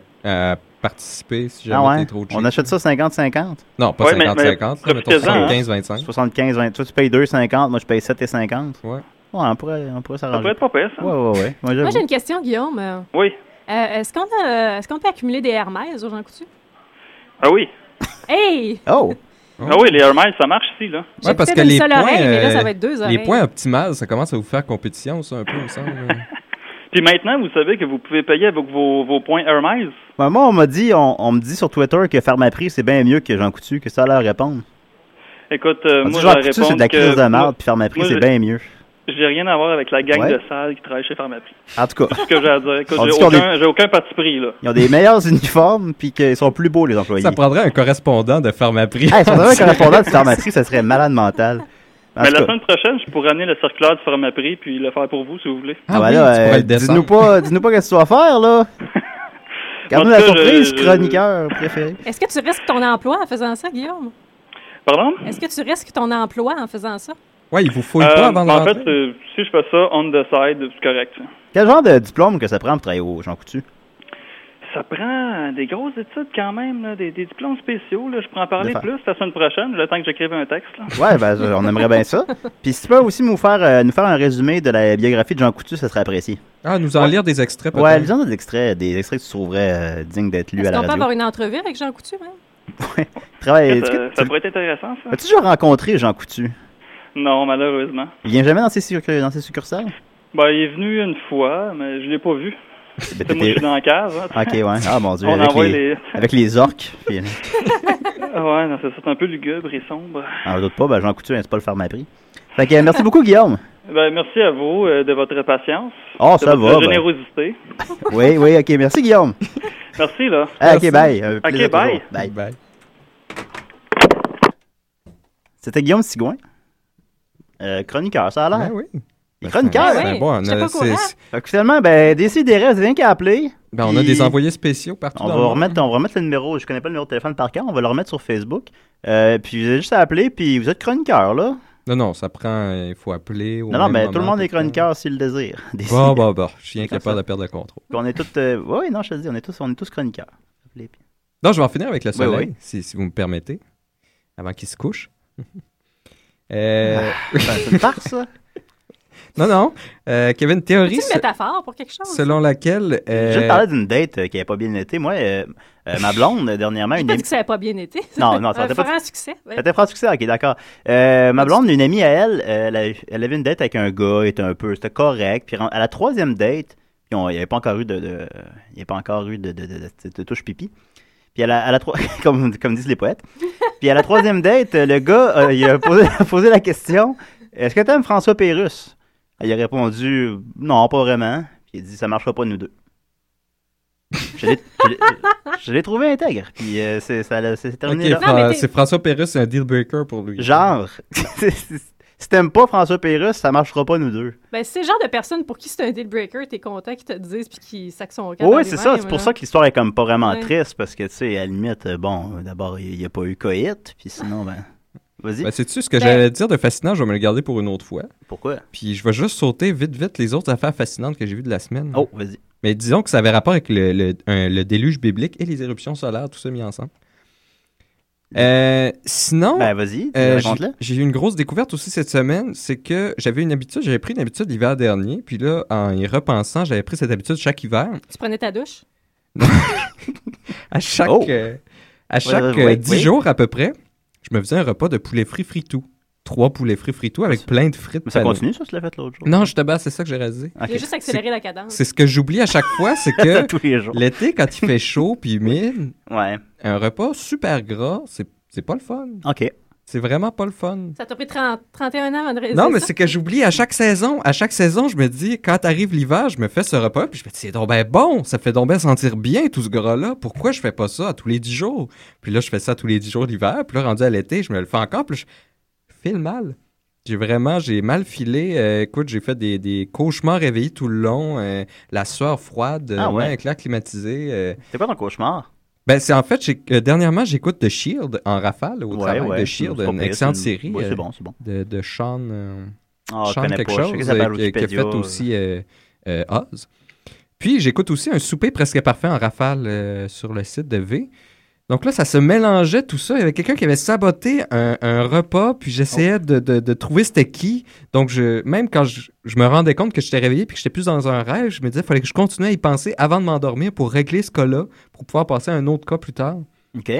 F: à participer si jamais
C: ah ouais,
F: t'es trop cheap.
C: on achète ça 50-50.
F: Non, pas
D: Ouais, mais-
F: 50-50,
D: mais
F: là, mettons
D: profitez-en, hein.
F: 75-25.
C: 75, 20. Toi, tu payes 2,50. Moi, je paye 7,50.
F: Ouais.
C: Ouais, on pourrait, on pourrait
D: Ça
C: s'arranger.
D: pourrait être pas pire, ça.
C: Ah, Ouais, ouais, ouais. Moi,
E: Moi,
C: j'avoue.
E: j'ai une question, Guillaume. Euh,
D: Oui.
E: est-ce, qu'on a, est-ce qu'on peut accumuler des Hermès aux gens coutus?
D: Ah oui.
E: Hey!
C: Oh!
D: Ah oui, les Hermès, ça marche ici, là.
E: J'ai
F: parce
E: peut-être
F: que
E: une
F: les
E: seule
F: points,
E: oreille, mais là, ça
F: euh,
E: va être deux oreilles.
F: Les points optimales, ça commence à vous faire compétition, ça, un peu, il me semble.
D: Puis maintenant, vous savez que vous pouvez payer avec vos, vos points Hermès.
C: Ben, moi, on m'a dit, on, on me dit sur Twitter que faire ma prix, c'est bien mieux que Jean Coutu, que ça a leur répondre.
D: Écoute, euh,
C: On dit
D: moi, je
C: Jean
D: vais
C: Coutu, c'est
D: répondre
C: de la crise
D: que
C: de
D: moi,
C: merde, puis faire ma prix,
D: moi,
C: c'est
D: j'ai-
C: bien mieux.
D: j'ai rien à voir avec la gang
C: Ouais.
D: de salles qui travaille chez Pharmaprix.
C: En tout cas,
D: C'est ce que j'ai à dire. Écoute,
C: On
D: j'ai
C: dit qu'on
D: aucun, j'ai aucun parti pris, là.
C: ils ont des meilleurs uniformes, puis qu'ils sont plus beaux, les employés.
F: ça prendrait un correspondant de Pharmaprix.
C: Hey, si on avait un correspondant de faire ma prix, ça serait malade mental. En
D: Mais
C: tout
D: la
C: cas,
D: semaine prochaine, je pourrais amener le circulaire du Pharmaprix puis le faire pour vous, si vous voulez.
F: Ah,
C: ben là,
F: oui, tu
C: euh,
F: pourrais le
C: dis-nous
F: descendre.
C: pas, dis-nous pas qu'est-ce que tu vas faire, là. Garde-nous
D: En
C: la
D: tout cas,
C: surprise,
D: je- je-
C: chroniqueur préféré.
E: Est-ce que tu risques ton emploi en faisant ça, Guillaume?
D: Pardon?
E: Est-ce que tu risques ton emploi en faisant ça?
F: Ouais, il vous fouille
D: Euh,
F: pas avant de
D: en fait,
F: rentrer.
D: euh, si je fais ça on the side, c'est correct.
C: Quel genre de diplôme que ça prend pour travailler au Jean Coutu?
D: Ça prend des grosses études quand même, là, des, des diplômes spéciaux. Là. Je pourrais en
C: De
D: parler
C: faire.
D: plus la semaine prochaine, le temps que j'écrive un texte. là.
C: Ouais, ben, je- on aimerait bien ça. Puis si tu peux aussi nous faire, euh, nous faire un résumé de la biographie de Jean Coutu, ça serait apprécié.
F: Ah, nous en lire des extraits, peut-être.
C: Ouais, lisons des extraits, des extraits que tu trouverais euh, dignes d'être lus
E: Est-ce
C: à la
E: qu'on peut
C: radio.
E: avoir une entrevue avec Jean Coutu? hein?
C: Travaille- est-ce
D: ça,
C: que
D: euh, ça
C: tu-
D: pourrait être intéressant, ça?
C: As-tu déjà rencontré Jean Coutu?
D: Non, malheureusement.
C: Il vient jamais dans ses, succ- dans ses succursales?
D: Ben, il est venu une fois, mais je l'ai pas vu.
C: Ben,
D: C'est moi, je
C: t'étais-
D: suis dans la cave. hein.
C: Ok, ouais. Ah, mon Dieu,
D: On
C: avec
D: envoie
C: les...
D: les...
C: avec les orques. Puis, euh,
D: Ah Ouais, non, c'est ça, c'est un peu lugubre et sombre.
C: en doute pas, ben, Jean Coutu, hein, c'est pas le pharmaprix. Fait que, euh, merci beaucoup, Guillaume.
D: Ben, merci à vous euh, de votre patience,
C: Oh,
D: de
C: ça
D: votre
C: va. ben.
D: générosité.
C: Oui, oui, ok, merci, Guillaume.
D: Merci, là.
C: Ah, ok,
F: Merci.
C: bye. Un plaisir
D: bye.
C: toujours. Bye.
F: Bye.
C: C'était Guillaume Sigouin. Euh, chroniqueur, ça a l'air.
F: Ben oui.
C: Il est chroniqueur.
E: Ben oui.
F: Ben bon, on
E: J'étais
F: a-
E: pas au courant.
F: c'est-
C: Fait que finalement, ben, décidez, reste rien qu'à appeler.
F: ben, on a
C: Puis-
F: des envoyés spéciaux partout
C: On
F: dans
C: va,
F: le monde.
C: remettre, on va remettre le numéro, je connais pas le numéro de téléphone par cœur, on va le remettre sur Facebook. Euh, puis vous avez juste à appeler, puis vous êtes chroniqueur, là.
F: Non, non, ça prend... euh, Il faut appeler au
C: non, non,
F: même
C: mais tout le
F: moment,
C: monde est
F: tout le temps.
C: chroniqueur s'il le désire. Décidez.
F: Bon, bon, bon, je suis
C: Comme
F: incapable
C: ça.
F: de perdre le contrôle.
C: Puis on est tous. euh, ouais, ouais, non, je te le dis, on est tous, on est tous chroniqueurs. Appelez, puis-
F: Non, je vais en finir avec le
C: Oui, oui.
F: soleil, Si, si vous me permettez, avant qu'il se couche. Euh,
C: Enfin, Ben, C'est une farce, ça.
F: Non, non. Euh, Kevin, théorie
E: C'est une métaphore pour quelque chose.
F: selon laquelle... euh,
C: Je te parlais d'une date euh, qui n'avait pas bien été. Moi, euh, euh, ma blonde, euh, dernièrement,
E: J'ai
C: une
E: pas dit
C: amie.
E: que ça n'avait pas bien été.
C: Non, non, ça aurait
E: ça
C: pas
E: un succès. ouais.
C: Ça t'est pas succès, ok, d'accord. Euh, ma blonde, une amie à elle, euh, elle, a- elle avait une date avec un gars, était un peu, c'était correct. Puis à la troisième date, Puis on- il n'y avait pas encore eu de, de- il y avait pas encore eu de, de, de- de- de touche pipi. Puis à la, à la troi- comme, comme disent les poètes. Puis à la troisième date, le gars, euh, il a posé, a posé la question Est-ce que t'aimes François Pérusse Il a répondu Non, pas vraiment. Puis il a dit Ça marchera pas, nous deux. Je l'ai- je l'ai- je l'ai trouvé intègre. Puis euh, c'est- ça l'a- c'est
F: Ok,
C: terminé là.
F: Fra-
E: Non, mais t'es-
F: c'est François Pérusse, c'est un deal breaker pour lui.
C: Genre, si t'aimes pas François Pérusse, ça marchera pas, nous deux.
E: Ben, c'est le genre de personne pour qui c'est un deal breaker, t'es content qu'ils te le disent puis qu'ils sacent son camp. dans
C: Oui,
E: les
C: c'est ça.
E: mains,
C: C'est pour
E: là.
C: ça que l'histoire est comme pas vraiment
E: Ouais.
C: triste parce que, tu sais, à la limite, euh, bon, euh, d'abord, il n'y a pas eu coït, puis sinon, ben, vas-y.
F: Ben, sais-tu ce que
E: Ben-
F: j'allais dire de fascinant? Je vais me le garder pour une autre fois.
C: Pourquoi?
F: Puis je vais juste sauter vite, vite les autres affaires fascinantes que j'ai vues de la semaine.
C: Oh, vas-y.
F: Mais disons que ça avait rapport avec le, le- un- le déluge biblique et les éruptions solaires, tout ça mis ensemble. Euh, sinon,
C: Ben, vas-y, tu-
F: euh, j'ai-
C: raconte-le.
F: j'ai eu une grosse découverte aussi cette semaine, c'est que j'avais une habitude, j'avais pris une habitude l'hiver dernier, puis là, en y repensant, j'avais pris cette habitude chaque hiver,
E: Tu prenais ta douche.
F: à chaque,
C: Oh!
F: euh, à chaque
C: ouais, ouais,
F: 10
C: oui.
F: jours à peu près, je me faisais un repas de poulet frit fritou. Trois poulets frits fritou avec plein de frites.
C: Mais ça
F: panées.
C: continue, ça, tu l'as fait l'autre jour?
F: Ben, Non, je te bats, c'est ça que j'ai réalisé.
C: Ok.
E: J'ai juste accéléré la cadence.
F: C'est ce que j'oublie à chaque fois, c'est que
C: Tous les jours.
F: l'été, quand il fait chaud puis humide,
C: Ouais.
F: un repas super gras, c'est c'est pas le fun.
C: OK.
F: C'est vraiment pas le fun.
E: Ça t'a pris 30 31 ans avant de réaliser
F: Non, mais
E: ça.
F: c'est que j'oublie à chaque saison. À chaque saison, je me dis, quand arrive l'hiver, je me fais ce repas, puis je me dis, c'est donc ben bon, ça fait donc ben sentir bien tout ce gras-là. Pourquoi je fais pas ça à tous les 10 jours? Puis là, je fais ça tous les 10 jours l'hiver, puis là, rendu à l'été, je me le fais encore, puis là, je file mal. J'ai vraiment, j'ai mal filé. Euh, écoute, j'ai fait des, des cauchemars réveillés tout le long, euh, la sueur froide,
C: Ah
F: euh,
C: ouais.
F: ouais, avec l'air climatisé. euh,
C: C'est quoi ton cauchemar?
F: ben, c'est en fait, j'ai- euh, dernièrement, j'écoute The Shield en rafale au travail. The
C: c'est-
F: Shield,
C: c'est pas
F: une
C: pire,
F: excellente
C: c'est une-
F: série
C: Ouais,
F: euh,
C: c'est bon, c'est bon.
F: de, de Sean, euh,
C: Ah, je
F: Sean
C: connais
F: quelque
C: pas.
F: chose
C: Je sais que ça parle
F: euh, qui, qui a fait
C: Wikipédia, euh,
F: aussi euh, euh, Oz. Puis, j'écoute aussi un souper presque parfait en rafale euh, sur le site de V. Donc là, ça se mélangeait tout ça. Il y avait quelqu'un qui avait saboté un, un repas, puis j'essayais de, de- de trouver c'était qui. Donc, je, même quand je, je me rendais compte que j'étais réveillé puis que j'étais plus dans un rêve, je me disais fallait que je continue à y penser avant de m'endormir pour régler ce cas-là, pour pouvoir passer à un autre cas plus tard.
C: OK.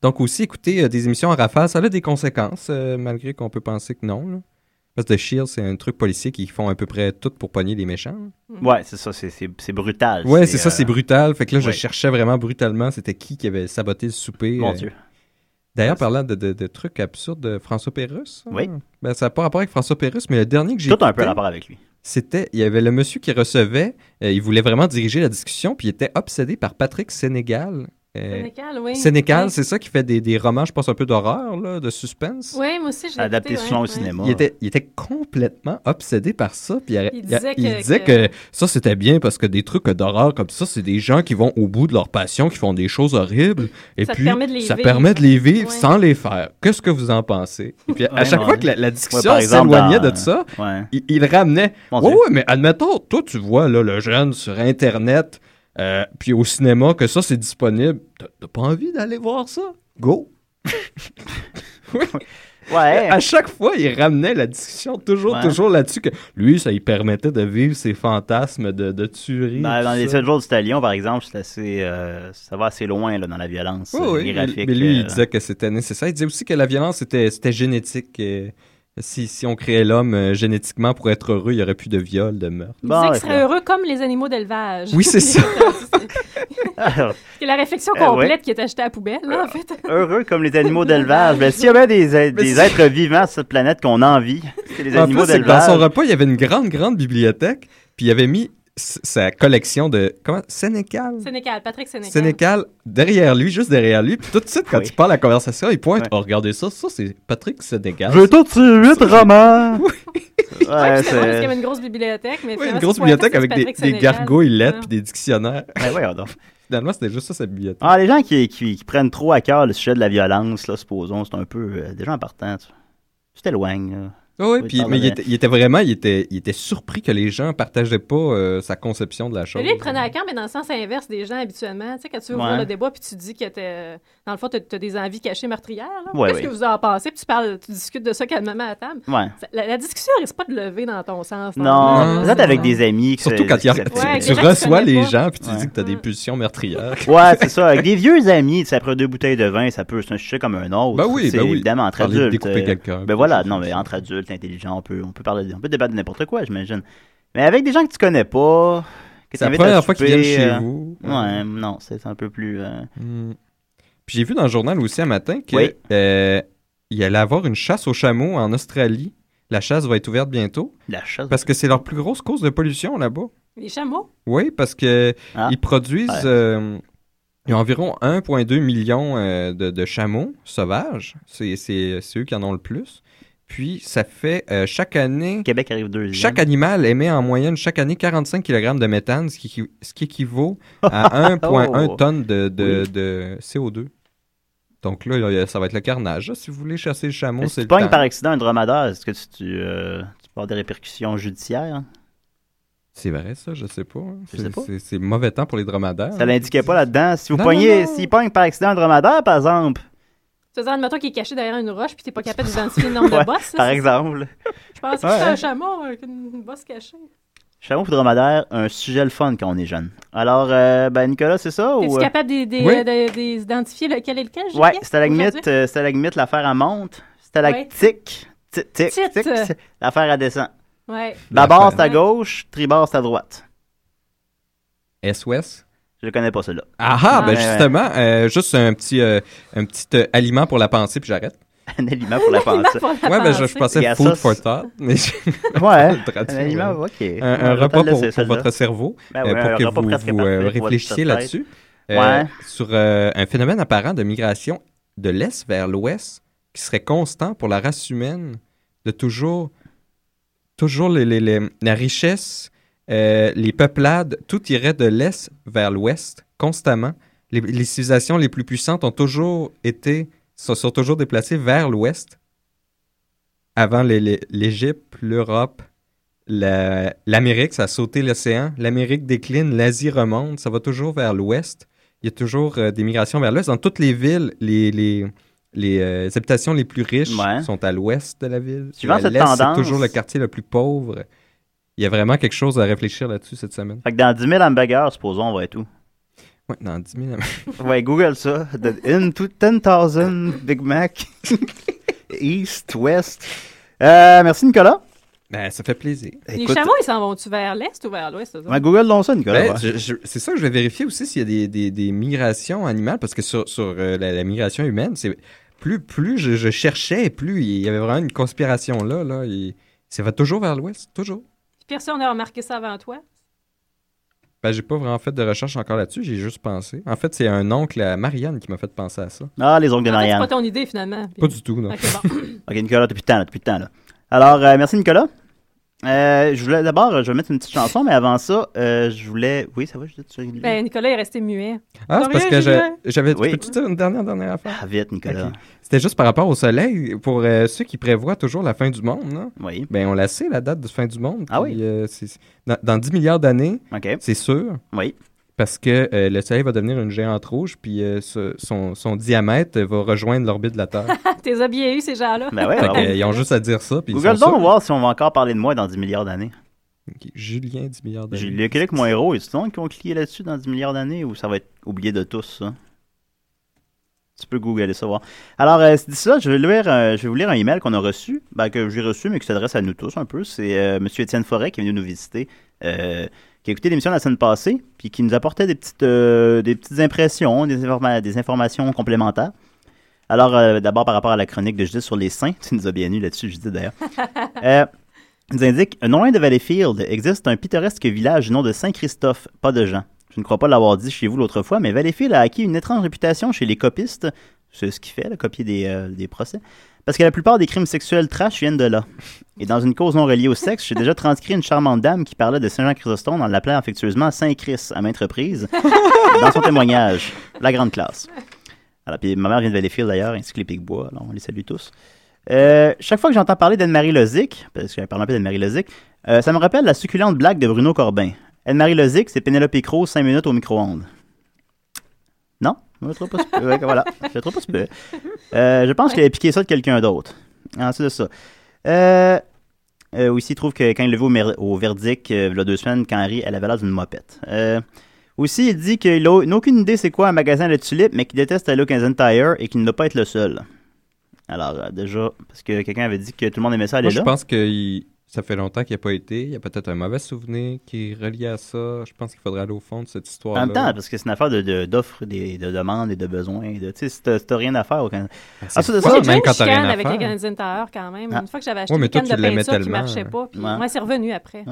F: Donc aussi, écouter euh, des émissions en rafale, ça a des conséquences, euh, malgré qu'on peut penser que non. là. Parce que The Shield, c'est un truc policier qui font à peu près tout pour pogner les méchants. là.
C: Ouais, c'est ça, c'est- c'est c'est brutal.
F: Ouais, c'est ça,
C: euh,
F: c'est brutal. Fait que là, je
C: ouais.
F: cherchais vraiment brutalement c'était qui qui avait saboté le souper.
C: Mon
F: euh.
C: Dieu.
F: D'ailleurs, parlant de, de- de trucs absurdes de François Pérusse.
C: Oui.
F: hein, Ben, ça n'a pas rapport avec François Pérusse, mais le dernier que j'ai
C: Tout a un peu
F: écouté,
C: rapport avec lui.
F: c'était, il y avait le monsieur qui recevait, euh, il voulait vraiment diriger la discussion, puis il était obsédé par Patrick Sénégal. euh,
E: Sénécal, oui.
F: Sénécal,
E: Oui.
F: c'est ça qui fait des, des romans, je pense, un peu d'horreur, là, de suspense.
E: Oui, moi aussi, je l'ai
C: Adapté
E: écouté,
C: souvent
E: ouais,
C: au
E: ouais.
C: cinéma.
F: Il était, il était complètement obsédé par ça. Puis il,
E: Il disait
F: il
E: que-
F: disait
E: que-
F: que ça, c'était bien parce que des trucs d'horreur comme ça, c'est des gens qui vont au bout de leur passion, qui font des choses horribles. Et
E: Ça te
F: puis,
E: permet de les
F: ça
E: vivre.
F: permet de les vivre
E: Ouais.
F: sans les faire. Qu'est-ce que vous en pensez? Et puis, à
C: Ouais,
F: chaque
C: ouais.
F: fois que la, la
C: hein. Ouais,
F: discussion
C: par exemple,
F: s'éloignait
C: dans-
F: de ça,
C: Ouais.
F: il, il ramenait.
C: Mon
F: ouais,
C: Dieu.
F: ouais, mais admettons, toi, tu vois, là, le jeune sur Internet, euh, puis au cinéma, que ça, c'est disponible. T'as- T'as pas envie d'aller voir ça? Go!
C: Ouais.
F: À chaque fois, il ramenait la discussion toujours,
C: Eh, Ouais.
F: toujours là-dessus que lui, ça lui permettait de vivre ses fantasmes de, de tuerie.
C: Dans,
F: tout
C: dans les
F: ça.
C: 7 jours du Stallion, par exemple, c'est assez, euh, ça va assez loin là, dans la violence
F: Oui,
C: euh,
F: oui, mais,
C: graphique.
F: mais lui, il
C: euh,
F: disait que c'était nécessaire. Il disait aussi que la violence, c'était c'était génétique. euh, si, si on créait l'homme euh, génétiquement pour être heureux, il n'y aurait plus de viol, de meurtre.
E: Il
C: Bon,
E: disait
C: ouais,
E: qu'il serait heureux comme les animaux d'élevage.
F: Oui, c'est ça.
C: Alors,
E: C'est la réflexion
C: Eh ouais. Eh
E: complète qui est achetée à la poubelle, là, en fait.
C: heureux comme les animaux d'élevage. Mais s'il y avait des, êtres-
F: Mais
C: des
F: c'est-
C: êtres vivants sur cette planète qu'on envie, c'est les
F: En
C: animaux
F: plus, c'est que dans son
C: d'élevage. Ah,
F: repas, il y avait une grande, grande bibliothèque, puis il avait mis s- sa collection de... Comment? Sénécal?
E: Sénécal, Patrick Sénécal.
F: Sénécal derrière lui, juste derrière lui. Puis tout de suite, quand
C: Ah Oui.
F: il parle la conversation, il pointe.
C: Ouais.
F: Oh, regardez ça, ça, c'est Patrick Sénécal.
C: J'ai tout de suite romans.
E: Ouais,
C: Ouais,
E: puis c'est drôle parce qu'il y
C: c'est.
E: avait une grosse bibliothèque, mais
F: Ouais,
E: finalement,
F: une
E: c'est
F: grosse
E: pas
F: bibliothèque
E: ça,
F: avec
E: c'est
F: des,
E: Patrick
F: des
E: Sénégal.
F: gargouilles lettres
E: Ah.
F: puis des dictionnaires.
C: Ben, voyons donc.
F: Finalement, c'était juste ça, cette bibliothèque.
C: Ah, les gens qui, qui, qui prennent trop à cœur le sujet de la violence, là, supposons, c'est un peu. euh, des gens en partant, tu tu t'éloignes. là.
F: oui,
C: Oui,
F: puis,
C: pardon,
F: mais il
C: mais-
F: était, il était vraiment, il était, il était surpris que les gens partageaient pas euh, sa conception de la chose.
E: Mais lui, il le prenait à cœur, mais dans le sens inverse des gens habituellement. Tu sais, quand tu veux ouvrir
C: hein. Ouais.
E: le débat, puis tu dis que t'es. euh, Dans le fond, t'as t'as des envies cachées meurtrières, là.
C: Ouais,
E: Qu'est-ce
C: ouais.
E: que vous en pensez? Puis tu parles, tu discutes de ça calmement à la table.
C: Ouais.
E: Ça- La, la discussion risque pas de lever dans ton sens.
C: Non,
F: Non,
C: peut-être
F: c'est
C: avec
F: ça.
C: des amis. que
F: Surtout
C: c'est-
F: quand il y a-
C: c'est-
F: tu, tu
E: Ouais, les gens qui
F: reçois
E: se
F: les
E: connaissent
F: gens puis tu
C: Ouais.
F: dis que tu as des
E: Mm.
F: pulsions meurtrières.
C: Ouais, c'est ça. Avec des vieux amis, tu sais, après deux bouteilles de vin, ça peut c'est un sujet comme un autre.
F: Ben oui,
C: C'est
F: ben oui.
C: Évidemment, entre
F: Parler de
C: adultes.
F: découper
C: euh,
F: quelqu'un.
C: Ben voilà, non, mais entre adultes, intelligents, on peut, on peut parler, de- on peut débattre de n'importe quoi, j'imagine. Mais avec des gens que tu connais pas, que
F: C'est la
C: t'invites à
F: première fois qu'ils
C: souper,
F: viennent chez
C: euh,
F: vous.
C: Ouais, non, c'est un peu plus. euh,
F: Hmm. Puis j'ai vu dans le journal aussi un matin que
C: Oui.
F: euh, il allait avoir une chasse aux chameaux en Australie. La chasse va être ouverte bientôt
C: la chasse.
F: parce que c'est leur plus grosse cause de pollution là-bas.
E: Les chameaux?
F: Oui, parce que
C: Ah.
F: ils produisent
C: Ouais.
F: euh, ils ont environ 1,2 million euh, de, de chameaux sauvages. C'est c'est- c'est eux qui en ont le plus. Puis ça fait euh, chaque année
C: Le Québec arrive deuxième.
F: chaque animal émet en moyenne chaque année 45 kg de méthane, ce qui, ce qui équivaut à 1,1
C: Oh.
F: tonne de, de, de CO2. Donc là, il y a- ça va être le carnage. Là, si vous voulez chasser le chameau,
C: Mais
F: c'est
C: si
F: le
C: tu pognes
F: temps.
C: par accident un dromadaire, est-ce que tu, tu, euh, tu peux avoir des répercussions judiciaires? hein?
F: C'est vrai, ça, je sais pas. hein.
C: Je sais
F: C'est-
C: pas.
F: C'est c'est mauvais temps pour les dromadaires. hein.
C: Ça l'indiquait pas là-dedans. Si vous
F: Ah, Non, non,
C: pognez,
F: non.
C: s'il pogne par accident un dromadaire, par exemple,
E: C'est-à-dire, admettons qu'il est caché derrière une roche puis t'es pas capable d'identifier le nombre de
C: Ouais,
E: bosses. là,
C: par
E: c'est-
C: exemple.
E: Je pense que
F: Ouais,
E: c'est
F: hein.
E: un chameau avec une une bosse cachée.
C: Chameau et dromadaire, un sujet le fun quand on est jeune. Alors, euh, ben Nicolas, c'est ça?
E: T'es-tu
C: Ou... euh,
E: capable d'identifier
F: Oui.
E: lequel est lequel?
C: Ouais,
E: Juliette,
C: stalagmite,
E: aujourd'hui?
C: euh, stalagmite, l'affaire à monte. Stalactique, tic, tic,
E: Tite.
C: tic, tic, l'affaire à descend.
E: Ouais.
C: Babord, c'est à
E: Ouais.
C: gauche, tribord, c'est à droite.
F: SOS.
C: Je connais pas cela.
F: Ah ah, ben
C: Ouais, ouais.
F: justement, euh, juste un petit, euh, un petit euh, aliment pour la pensée, puis j'arrête.
C: Un aliment pour la pensée.
E: Pour la
F: Ouais, ben je,
E: pensée.
F: je pensais
C: Il y a
F: food
C: ça,
F: for
C: c'est-
F: thought. mais j'ai-
C: Ouais.
F: le traduit,
C: Un aliment,
F: ouais.
C: ok. Je
F: Un, un
C: vais te
F: repas
C: le
F: pour,
C: laisser,
F: pour
C: celle-là.
F: votre cerveau.
C: Ben
F: Euh,
C: ouais, un
F: pour que
C: repas
F: vous,
C: presque
F: vous, euh,
C: parfait pour votre
F: réfléchissiez
C: tête.
F: là-dessus
C: Ouais.
F: sur euh, un phénomène apparent de migration de l'Est vers l'Ouest qui serait constant pour la race humaine de toujours, toujours les, les- les- la richesse, euh, les peuplades, tout irait de l'Est vers l'Ouest constamment. Les, les civilisations les plus puissantes ont toujours été, se sont toujours déplacées vers l'Ouest avant les- les- l'Égypte, l'Europe, la- L'Amérique, ça a sauté l'océan. L'Amérique décline, l'Asie remonte, ça va toujours vers l'ouest. Il y a toujours euh, des migrations vers l'ouest. Dans toutes les villes, les, les, les, euh, habitations les plus riches
C: Ouais.
F: sont à l'ouest de la ville.
C: Suivant
F: À
C: cette
F: l'est,
C: tendance-
F: C'est toujours le quartier le plus pauvre. Il y a vraiment quelque chose à réfléchir là-dessus cette semaine.
C: Fait que dans 10 000 hamburgers, supposons, on va être où?
F: Ouais, dans 10 000
C: Ouais, Google ça. The in to 10,000 Big Mac. East, West. Euh, merci, Nicolas.
F: Ben, ça fait plaisir.
E: Les
C: Écoute,
E: chameaux, ils s'en vont-tu vers l'est ou vers l'ouest? eux autres?
C: ouais, Google donc ça, Nicolas.
F: Ben,
C: ouais.
F: je- je- c'est ça que je vais vérifier aussi s'il y a des, des- des migrations animales, parce que sur, sur, euh, la, la migration humaine, c'est plus, plus je, je cherchais, plus il y avait vraiment une conspiration là. là et ça va toujours vers l'ouest, toujours.
E: Personne n'a remarqué ça avant toi.
F: Ben, j'ai pas vraiment fait de recherche encore là-dessus, j'ai juste pensé. En fait, c'est un oncle à Marianne qui m'a fait penser à ça.
C: Ah, les ongles de
E: En fait, c'est
C: Marianne.
E: pas ton idée, finalement. Puis-
F: Pas du tout, non.
E: Ok, bon.
C: Ok, Nicolas, t'as plus de temps, là, t'as plus de temps, là. Alors, euh, merci, Nicolas. Euh, je voulais d'abord, euh, je vais mettre une petite chanson, mais avant ça, euh, je voulais. Oui, ça va, je dis tu-
E: Ben, Nicolas est resté muet.
F: Ah,
E: Non,
F: c'est parce
E: rien,
F: que
E: j'ai
F: j'a- j'avais.
C: Oui.
F: Peux-tu dire une dernière, dernière affaire?
C: Ah, vite, Nicolas.
F: Ok. C'était juste par rapport au soleil, pour euh, ceux qui prévoient toujours la fin du monde, là.
C: Oui,
F: Ben, on la sait, la date de fin du monde.
C: Ah
F: puis, euh, c'est- dans, dans 10 milliards d'années,
C: ok.
F: c'est sûr.
C: Oui.
F: Parce que euh, le Soleil va devenir une géante rouge, puis euh, ce- son, son diamètre va rejoindre l'orbite de la Terre.
E: Ah, T'es habillé, eu, ces gens-là.
C: Ben ouais,
F: Fait
C: ben
F: que,
C: oui.
F: euh, ils ont juste à dire ça, puis ils
C: Google
F: sont
C: donc
F: sûrs.
C: voir si on va encore parler de moi dans 10 milliards d'années.
F: Ok, Julien, 10 milliards
C: J'ai
F: d'années.
C: le Québec, mon héros, et tout le monde qui ont cliqué là-dessus dans 10 milliards d'années ou ça va être oublié de tous, ça? Tu peux googler ça, voir. Alors, euh, c'est d'ici là, je vais, lire, euh, je vais vous lire un email qu'on a reçu, ben, que j'ai reçu, mais qui s'adresse à nous tous un peu. C'est euh, M. Étienne Forêt qui est venu nous visiter, euh, qui a écouté l'émission la semaine passée, puis qui nous apportait des petites, euh, des petites impressions, des, informa- des informations complémentaires. Alors, euh, d'abord, par rapport à la chronique de Judith sur les saints, tu nous as bien eu là-dessus, Judith, d'ailleurs. Euh, il nous indique Non loin de Valleyfield existe un pittoresque village du nom de Saint-Christophe, pas de Jean. Je ne crois pas l'avoir dit chez vous l'autre fois, mais Valleyfield a acquis une étrange réputation chez les copistes, c'est ce qui fait, le copier des, euh, des procès, parce que la plupart des crimes sexuels trash viennent de là. Et dans une cause non reliée au sexe, j'ai déjà transcrit une charmante dame qui parlait de Saint-Jean-Chrysostome en l'appelant affectueusement Saint-Chris à maintes reprises dans son témoignage. La grande classe. Alors, puis ma mère vient de Valleyfield d'ailleurs, ainsi que les Picbois, alors on les salue tous. Euh, chaque fois que j'entends parler d'Anne-Marie Lozic, parce que je parle un peu d'Anne-Marie Lozic, euh, ça me rappelle la succulente blague de Bruno Corbin. Anne-Marie Lozic, c'est Pénélope Cruz 5 minutes au micro-ondes. Non? Je ne trouve pas super. Ouais, voilà. Je le trouve pas super. Euh, je pense qu'il a piqué ça de quelqu'un d'autre. Ensuite de ça. Euh, euh, aussi, il trouve que quand il le vu au, mer- au verdict, euh, il y a deux semaines, quand Harry, elle avait l'air d'une mopette. Euh, aussi, il dit qu'il n'a n'a aucune idée c'est quoi un magasin de tulipes, mais qu'il déteste aller au Canadian Tire et qu'il ne doit pas être le seul. Alors, euh, déjà, parce que quelqu'un avait dit que tout le monde aimait ça, elle
F: Moi,
C: est
F: je
C: là.
F: pense que il- Ça fait longtemps qu'il n'y a pas été. Il y a peut-être un mauvais souvenir qui est relié à ça. Je pense qu'il faudrait aller au fond de cette
C: En
F: histoire-là.
C: même temps, parce que c'est une affaire de- de- d'offres, de, de, demandes et de besoins. De, tu sais, si t'as si t'as rien à faire au Canada. Ah, ça,
F: c'est
C: ça,
F: fun,
C: c'est
E: J'ai
F: même
E: eu une
F: quand t'as rien
E: chicane
F: à
E: avec les
F: faire.
E: Canadiens de Tire quand même.
C: Ah.
E: Une fois que j'avais acheté
F: Ouais, mais
E: une
F: toi,
E: canne
F: tu
E: de
F: l'aimais
E: peinture qui
F: tellement.
E: marchait pas, puis
C: Ouais.
E: moi, c'est revenu après.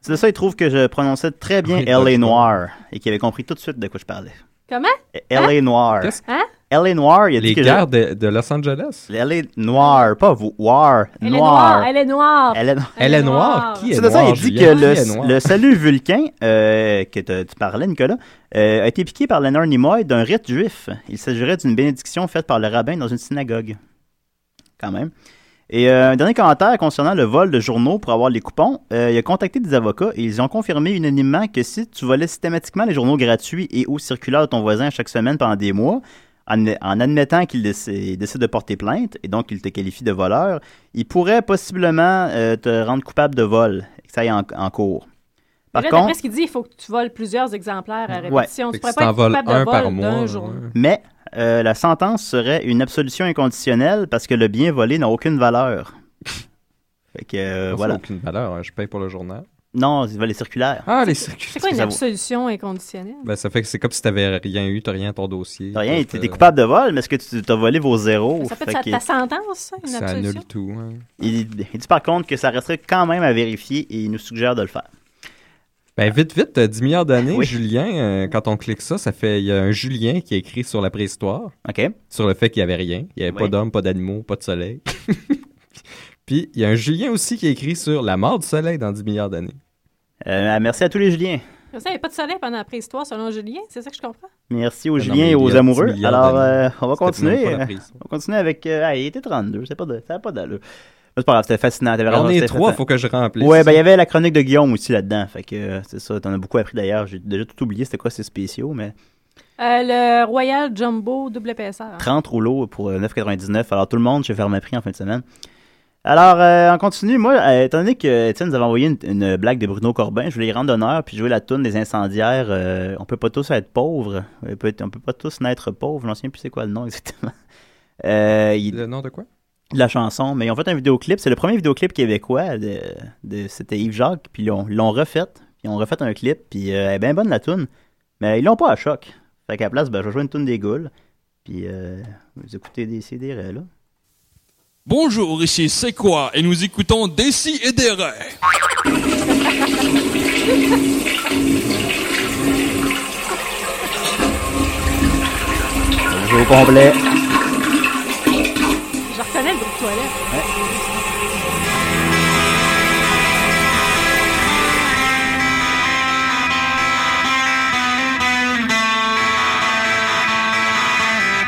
C: C'est de ça, il trouve que je prononçais très bien
F: Oui,
C: LA
F: d'accord.
C: Noir et qu'il avait compris tout de suite de quoi je parlais.
E: Comment?
C: LA Noir.
F: Qu'est-ce-
E: Hein?
C: LA Noir, il a
F: Les
C: dit que.
F: gares de, de Los Angeles.
C: je- LA Noir, pas vous. War.
E: Elle est noire,
C: Noir. Eh,
E: elle est noire.
C: Elle est noire.
F: Elle est noire. Qui est
C: C'est de ça,
F: noire,
C: il dit que
F: Julien? Qui est
C: le,
F: noire?
C: le salut vulcain euh, que te- tu parlais, Nicolas, euh, a été piqué par Leonard Nimoy d'un rite juif. Il s'agirait d'une bénédiction faite par le rabbin dans une synagogue. Quand même. Et euh, un dernier commentaire concernant le vol de journaux pour avoir les coupons. Euh, il a contacté des avocats et ils ont confirmé unanimement que si tu volais systématiquement les journaux gratuits et ou circulaires de ton voisin chaque semaine pendant des mois, en, en admettant qu'il déc- il décide de porter plainte et donc qu'il te qualifie de voleur, il pourrait possiblement euh, te rendre coupable de vol et que ça aille en, en cours. Par
E: là,
C: contre,
E: d'après ce qu'il dit, il faut que tu voles plusieurs exemplaires à
C: Ouais.
E: répétition.
F: Fait
E: Tu
F: que
E: pourrais
F: si
E: pas
F: t'en
E: être
F: voles
E: coupable
F: un
E: de
F: par
E: vol d'un
F: mois.
E: jour.
F: ouais.
C: mais euh, la sentence serait une absolution inconditionnelle parce que le bien volé n'a aucune valeur. fait que euh,
F: Ça,
C: voilà.
F: Ça n'a aucune valeur. hein. Je paye pour le journal.
C: Non, il va les circulaires.
F: Ah, les circuits.
E: C'est quoi une
C: Ça vaut-
E: absolution inconditionnelle?
F: Ben, ça fait que c'est comme si t'avais rien eu, t'as rien à ton dossier.
C: T'as rien,
F: T'as-
C: t'es t'es coupable de vol, mais est-ce que tu t'as volé vos zéros?
E: Ça peut
C: Fait
E: être
C: que-
E: ta sentence, ça, une
F: Ça
E: absolution?
F: annule tout. hein.
C: il, il dit par contre que ça resterait quand même à vérifier et il nous suggère de le faire.
F: Ben, vite, vite, euh, 10 milliards d'années,
C: Oui.
F: Julien, euh, quand on clique ça, ça fait. Il y a un Julien qui a écrit sur la préhistoire,
C: OK?
F: sur le fait qu'il n'y avait rien. Il n'y avait
C: Oui.
F: pas d'hommes, pas d'animaux, pas de soleil. Puis, il y a un Julien aussi qui a écrit sur la mort du soleil dans 10 milliards d'années.
C: Euh, merci à tous les Juliens.
E: Comme ça, il n'y a pas de soleil pendant la préhistoire, selon Julien. C'est ça que je comprends?
C: Merci aux
F: Ah non,
C: Juliens
F: mais
C: et
F: il y a
C: aux
F: 10
C: amoureux.
F: milliards
C: Alors,
F: d'années.
C: euh, on va
F: C'était même
C: continuer.
F: pas la
C: euh,
F: préhistoire.
C: On continue avec. euh, ah, il était 32, c'est pas de- ça n'a pas d'allure. C'est pas grave, c'était fascinant. t'avais raison,
F: on est
C: c'était
F: trois,
C: fascinant.
F: faut que je remplisse.
C: Ouais, ben il y avait la chronique de Guillaume aussi là-dedans. Fait que euh, c'est ça, t'en as beaucoup appris d'ailleurs. J'ai déjà tout oublié, c'était quoi ces spéciaux, mais
E: Euh, le Royal Jumbo double épaisseur.
C: 30 rouleaux pour euh, 9,99. Alors tout le monde, je vais faire ma prix en fin de semaine. Alors, euh, on continue. Moi, euh, étant donné que euh, Étienne nous avait envoyé une, une blague de Bruno Corbin, je voulais y rendre honneur puis jouer la toune des incendiaires. euh, on peut pas tous être pauvres. On peut, être- on peut pas tous naître pauvres. Je ne sais plus c'est quoi le nom exactement. Euh, il-
F: Le nom de quoi
C: de la chanson, mais ils ont fait un vidéoclip. C'est le premier vidéoclip québécois de, de- c'était Yves Jacques, puis ils l'ont- ils l'ont refait. Ils ont refait un clip, puis euh, elle est bien bonne la tune, mais ils l'ont pas à choc. Fait qu'à la place, ben, je vais jouer une tune des Goules, puis euh, vous écoutez des CD là.
G: Bonjour, ici C'est quoi et nous écoutons Dessy et des
C: Je joue au complet.
E: Je reconnais le groupe toilette.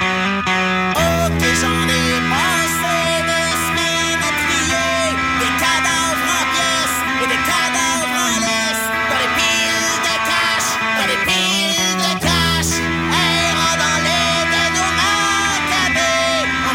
H: Ok, j'en ai passé des semaines à trier Des cadavres en pièces et des cadavres en laisse Dans les piles de cash, dans les piles de cash Errant dans les de nos mains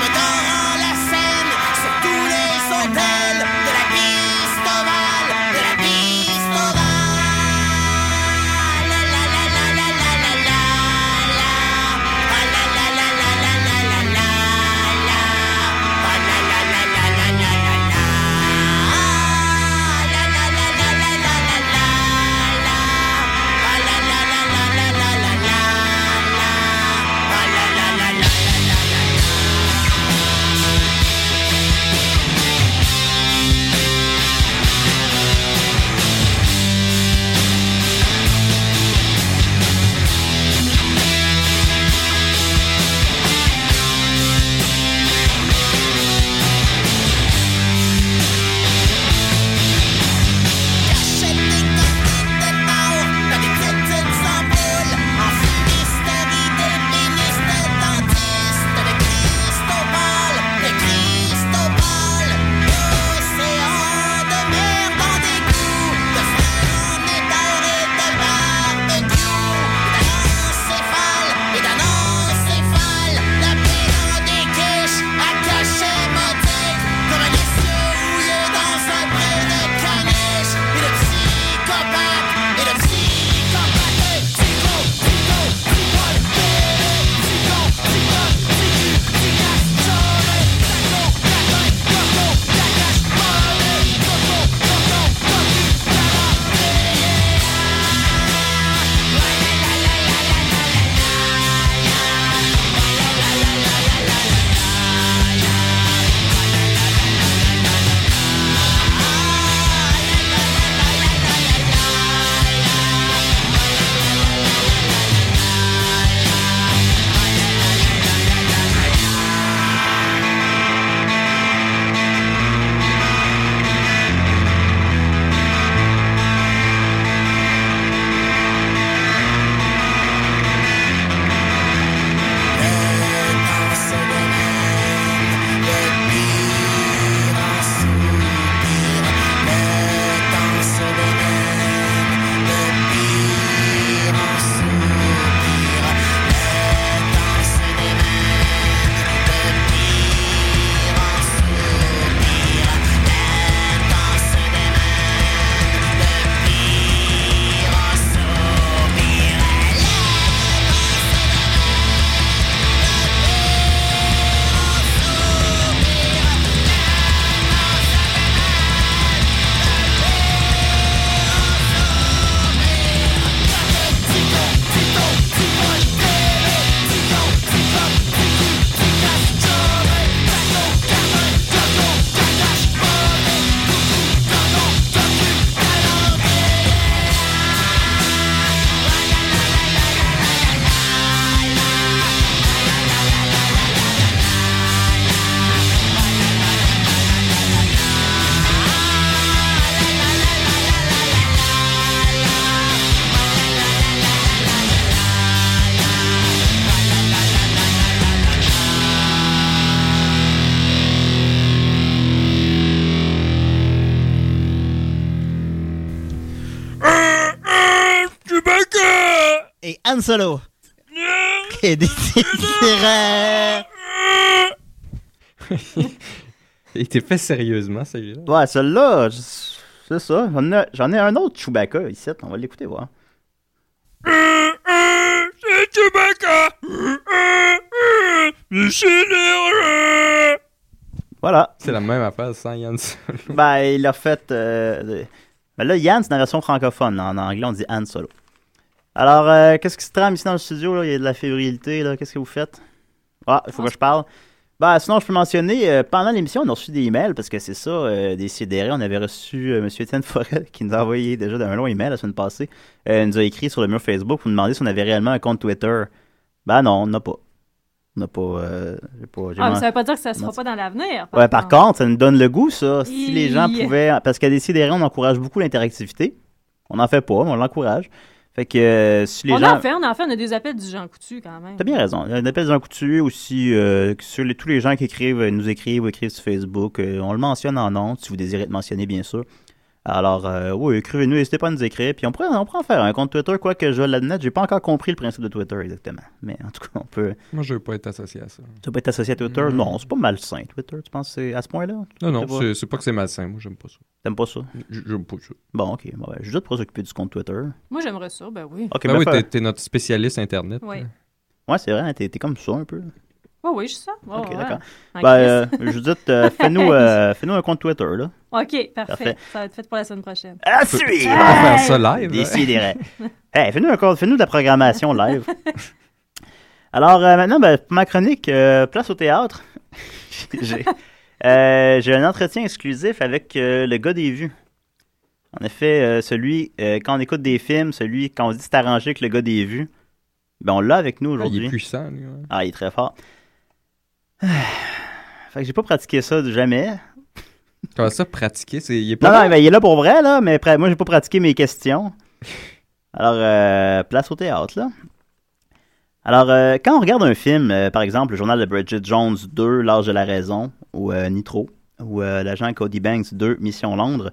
I: et Han Solo. Et des tireurs.
F: Il était fait sérieusement, celui-là.
C: Ouais, celle-là, je- c'est ça. J'en ai, j'en ai un autre Chewbacca ici. On va l'écouter voir. Voilà.
F: C'est la même affaire sans Yann Solo.
C: Ben, il a fait. euh, le- Ben là, Yann, c'est la version francophone. En anglais, on dit Han Solo. Alors, euh, qu'est-ce qui se trame ici dans le studio? Là? Il y a de la fébrilité. là. Qu'est-ce que vous faites? Ah, il faut que je parle. Ben, sinon, je peux mentionner, euh, pendant l'émission, on a reçu des emails parce que c'est ça, euh, des sidérés. On avait reçu euh, M. Étienne Forêt qui nous a envoyé déjà un long email la semaine passée. Euh, il nous a écrit sur le mur Facebook pour nous demander si on avait réellement un compte Twitter. Ben non, on n'a pas. On n'a pas. euh, j'ai pas j'ai
E: Ah,
C: man-
E: mais ça veut pas dire que ça se fera
C: Merci.
E: pas dans l'avenir.
C: Ouais, par contre, ça nous donne le goût, ça. Si
E: Hi.
C: les gens pouvaient. Parce qu'à Décidéré, on encourage beaucoup l'interactivité. On n'en fait pas, mais on l'encourage. Fait que euh, si les
E: on
C: gens.
E: en fait, on en fait, on a des appels du Jean Coutu quand même.
C: T'as bien raison. Un appel d'un coutu aussi euh, sur les- tous les gens qui écrivent, euh, nous écrivent ou écrivent sur Facebook. euh, on le mentionne en nom, si vous désirez le mentionner, bien sûr. Alors, euh, oui, écrivez-nous, n'hésitez pas à nous écrire. Puis on pourrait, on pourrait en faire un compte Twitter, quoique je l'admette, j'ai pas encore compris le principe de Twitter exactement. Mais en tout cas, on peut.
F: Moi, je veux pas être associé à ça.
C: Ça peut être associé à Twitter.
E: Mm.
C: Non, c'est pas malsain, Twitter. Tu penses que c'est à ce point-là?
F: Non,
C: Je sais
F: non,
C: pas.
F: c'est- c'est pas que c'est malsain. Moi, j'aime pas ça.
C: T'aimes pas ça?
F: J- J'aime pas ça.
C: Bon, ok. Bon, ben, je doute pour s'occuper du compte Twitter.
E: Moi, j'aimerais ça, ben oui.
C: Ok,
F: Ben
C: ben,
F: oui,
C: fa-
F: t'es- t'es notre spécialiste
C: Ah,
F: Internet.
E: Oui.
C: Ouais, c'est vrai, hein, t'es t'es comme ça un peu.
E: Ouais, oui, je suis ça. Ouais,
C: Ok,
E: ouais.
C: d'accord.
E: En
C: Ben,
E: crise.
C: euh, Judith, euh, fais-nous euh, fais-nous un compte Twitter, là.
E: OK, parfait.
C: parfait.
E: Ça va être fait pour la semaine prochaine.
C: À
F: On
C: suivre!
F: va faire ça live. hein.
C: Décidérez. hey, fais-nous un compte, fais-nous de la programmation live. Alors, euh, maintenant, ben, pour ma chronique, euh, place au théâtre. J'ai euh, j'ai un entretien exclusif avec euh, le gars des vues. En effet, euh, celui, euh, quand on écoute des films, celui, quand on dit c'est arrangé avec le gars des vues, ben on l'a avec nous
F: Ah, Il est
C: aujourd'hui.
F: puissant, lui. ouais.
C: Ah, il est très fort. Fait que j'ai pas pratiqué ça de jamais.
F: Comment ça, pratiquer c'est- Il est
C: Non,
F: pas.
C: non, mais il est là pour vrai, là, mais pra- moi, j'ai pas pratiqué mes questions. Alors, euh, place au théâtre, là. Alors, euh, quand on regarde un film, euh, par exemple, le journal de Bridget Jones 2, L'âge de la raison, ou euh, Nitro, ou euh, l'agent Cody Banks 2, Mission Londres,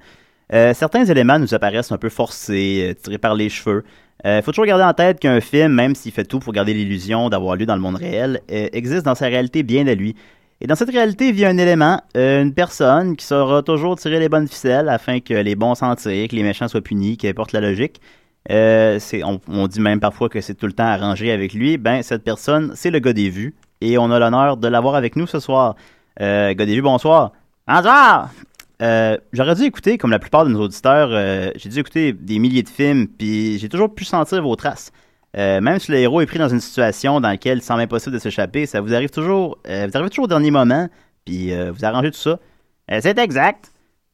C: euh, certains éléments nous apparaissent un peu forcés, euh, tirés par les cheveux. Il faut toujours garder en tête qu'un film, même s'il fait tout pour garder l'illusion d'avoir lieu dans le monde réel, euh, existe dans sa réalité bien à lui. Et dans cette réalité vit un élément, euh, une personne qui saura toujours tirer les bonnes ficelles afin que les bons s'en tirent, que les méchants soient punis, qu'importe la logique. Euh, c'est- on, on dit même parfois que c'est tout le temps arrangé avec lui. Ben, cette personne, c'est le gars des vues. Et on a l'honneur de l'avoir avec nous ce soir. Euh, gars des vues, bonsoir. Bonsoir! Euh, J'aurais dû écouter, comme la plupart de nos auditeurs, euh, j'ai dû écouter des milliers de films, puis j'ai toujours pu sentir vos traces. Euh, même si le héros est pris dans une situation dans laquelle il semble impossible de s'échapper, ça vous arrive toujours, euh, vous arrivez toujours au dernier moment, puis euh, vous arrangez tout ça. Euh, c'est exact.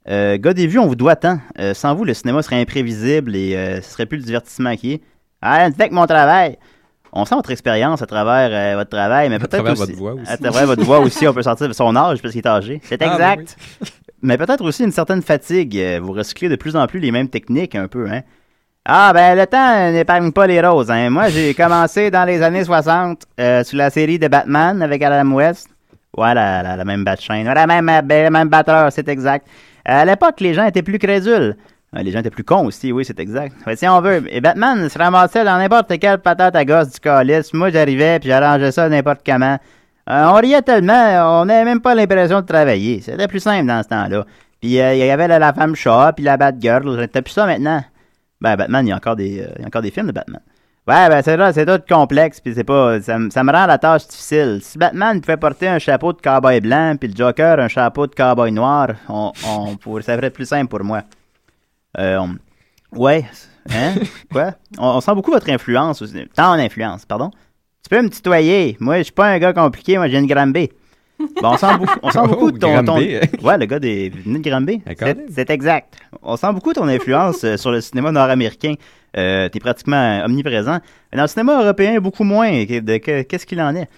C: Euh, gars des vues, on vous doit tant. Euh, sans vous, le cinéma serait imprévisible et euh, ce serait plus le divertissement qui est. Ah, avec mon travail. On sent votre expérience à travers euh, votre travail, mais
F: À
C: peut-être
F: travers
C: aussi-
F: votre voix aussi.
C: À travers Ah, votre voix aussi, on peut sentir son âge parce qu'il est âgé. C'est
F: Ah, ben
C: exact.
F: oui.
C: Mais peut-être aussi une certaine fatigue. Euh, Vous recyclez de plus en plus les mêmes techniques un peu, hein? Ah, ben le temps euh, n'épargne pas les roses, hein. Moi, j'ai commencé dans les années 60 euh, sur la série de Batman avec Adam West. Ouais, la, la- la même bat chaîne. Ouais, La même, euh, ben, le même batteur, c'est exact. Euh, À l'époque, les gens étaient plus crédules. Euh, Les gens étaient plus cons aussi, oui, c'est exact. Ouais, si on veut. Et Batman se ramassait dans n'importe quelle patate à gosse du calice. Moi, j'arrivais puis j'arrangeais ça n'importe comment. Euh, on riait tellement, on n'avait même pas l'impression de travailler. C'était plus simple dans ce temps-là. Puis euh, il y avait la, la femme chat, puis la Batgirl. T'as plus ça maintenant. Ben, Batman, il y a encore des, euh, il y a encore des films de Batman. Ouais, ben c'est là, c'est tout complexe, puis c'est pas, ça, me- ça me rend la tâche difficile. Si Batman pouvait porter un chapeau de cowboy blanc, puis le Joker un chapeau de cowboy noir, on, on pour- ça serait plus simple pour moi. Euh, on- ouais, hein, quoi? On, on sent beaucoup votre influence, aussi. tant influence, pardon. Tu peux me tutoyer, moi je suis pas un gars compliqué, moi j'ai une grande B. Bon, on sent beaucoup, on sent
F: Oh,
C: beaucoup de ton,
F: grande
C: ton-
F: B, hein.
C: Ouais, le gars des venus de Granby.
F: D'accord.
C: C'est- C'est exact. On sent beaucoup ton influence euh, sur le cinéma nord-américain. Euh, T'es pratiquement omniprésent. Mais dans le cinéma européen, beaucoup moins. Que- de- que- Qu'est-ce qu'il en est?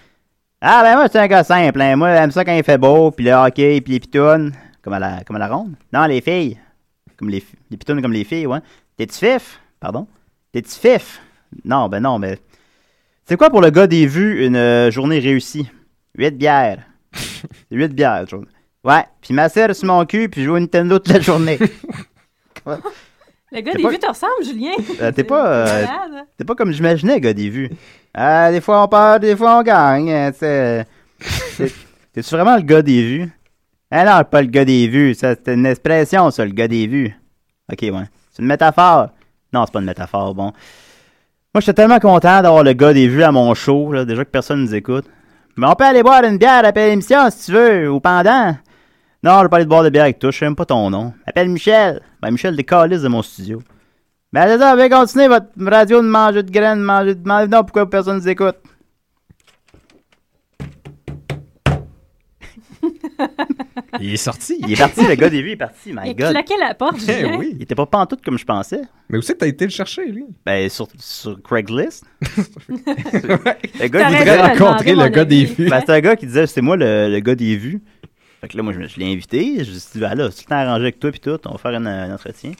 C: Ah, ben moi, c'est un gars simple. hein. Moi, j'aime ça quand il fait beau, puis le hockey, puis les pitounes. Comme à la, comme à la ronde. Non, les filles. Comme les, fi- les pitounes comme les filles, ouais. T'es-tu fif? Pardon? T'es-tu fif? Non, ben non, mais... C'est quoi pour le gars des vues une euh, journée réussie? 8 bières. 8 bières, une journée. Ouais, puis m'asseoir sur mon cul, puis jouer au Nintendo toute la journée. Comment-
E: Le gars
C: T'es
E: des
C: pas-
E: vues te ressemble, Julien.
C: Euh, t'es pas, euh,
E: malade. hein.
C: C'est pas comme j'imaginais, gars, des vues. Ah, des fois on perd, des fois on gagne. hein, tu sais. T'es- T'es-tu vraiment le gars des vues? Ah non, pas le gars des vues. Ça, c'est une expression, ça, le gars des vues. Ok, ouais. C'est une métaphore. Non, c'est pas une métaphore, bon. Moi, j'étais tellement content d'avoir le gars des vues à mon show, là, déjà que personne nous écoute. Mais on peut aller boire une bière après l'émission, si tu veux, ou pendant. Non, je vais pas aller te boire de bière avec toi, je sais même pas ton nom. Appelle Michel. Ben, Michel décalise de mon studio. Ben, c'est ça, vous continuer votre radio de manger de graines, de manger de... Demandez donc pourquoi personne nous écoute.
F: Il est sorti.
C: Il est parti, le gars des vues, il est parti, my
E: Il a
C: god.
E: claqué la porte,
F: Eh
E: Julien.
F: oui.
C: Il était pas pantoute comme je pensais.
F: Mais où c'est que t'as été le chercher, lui?
C: Ben, sur, sur Craigslist. le
E: T'aurais
C: gars, il disait...
E: dû me demander mon avis.
C: Ben, c'est un gars qui disait, c'est moi le, le gars des vues. Fait que là, moi, je, me- je l'ai invité. Je lui ai dit, ben là, c'est tout le temps arrangé avec toi puis tout, on va faire un, un entretien.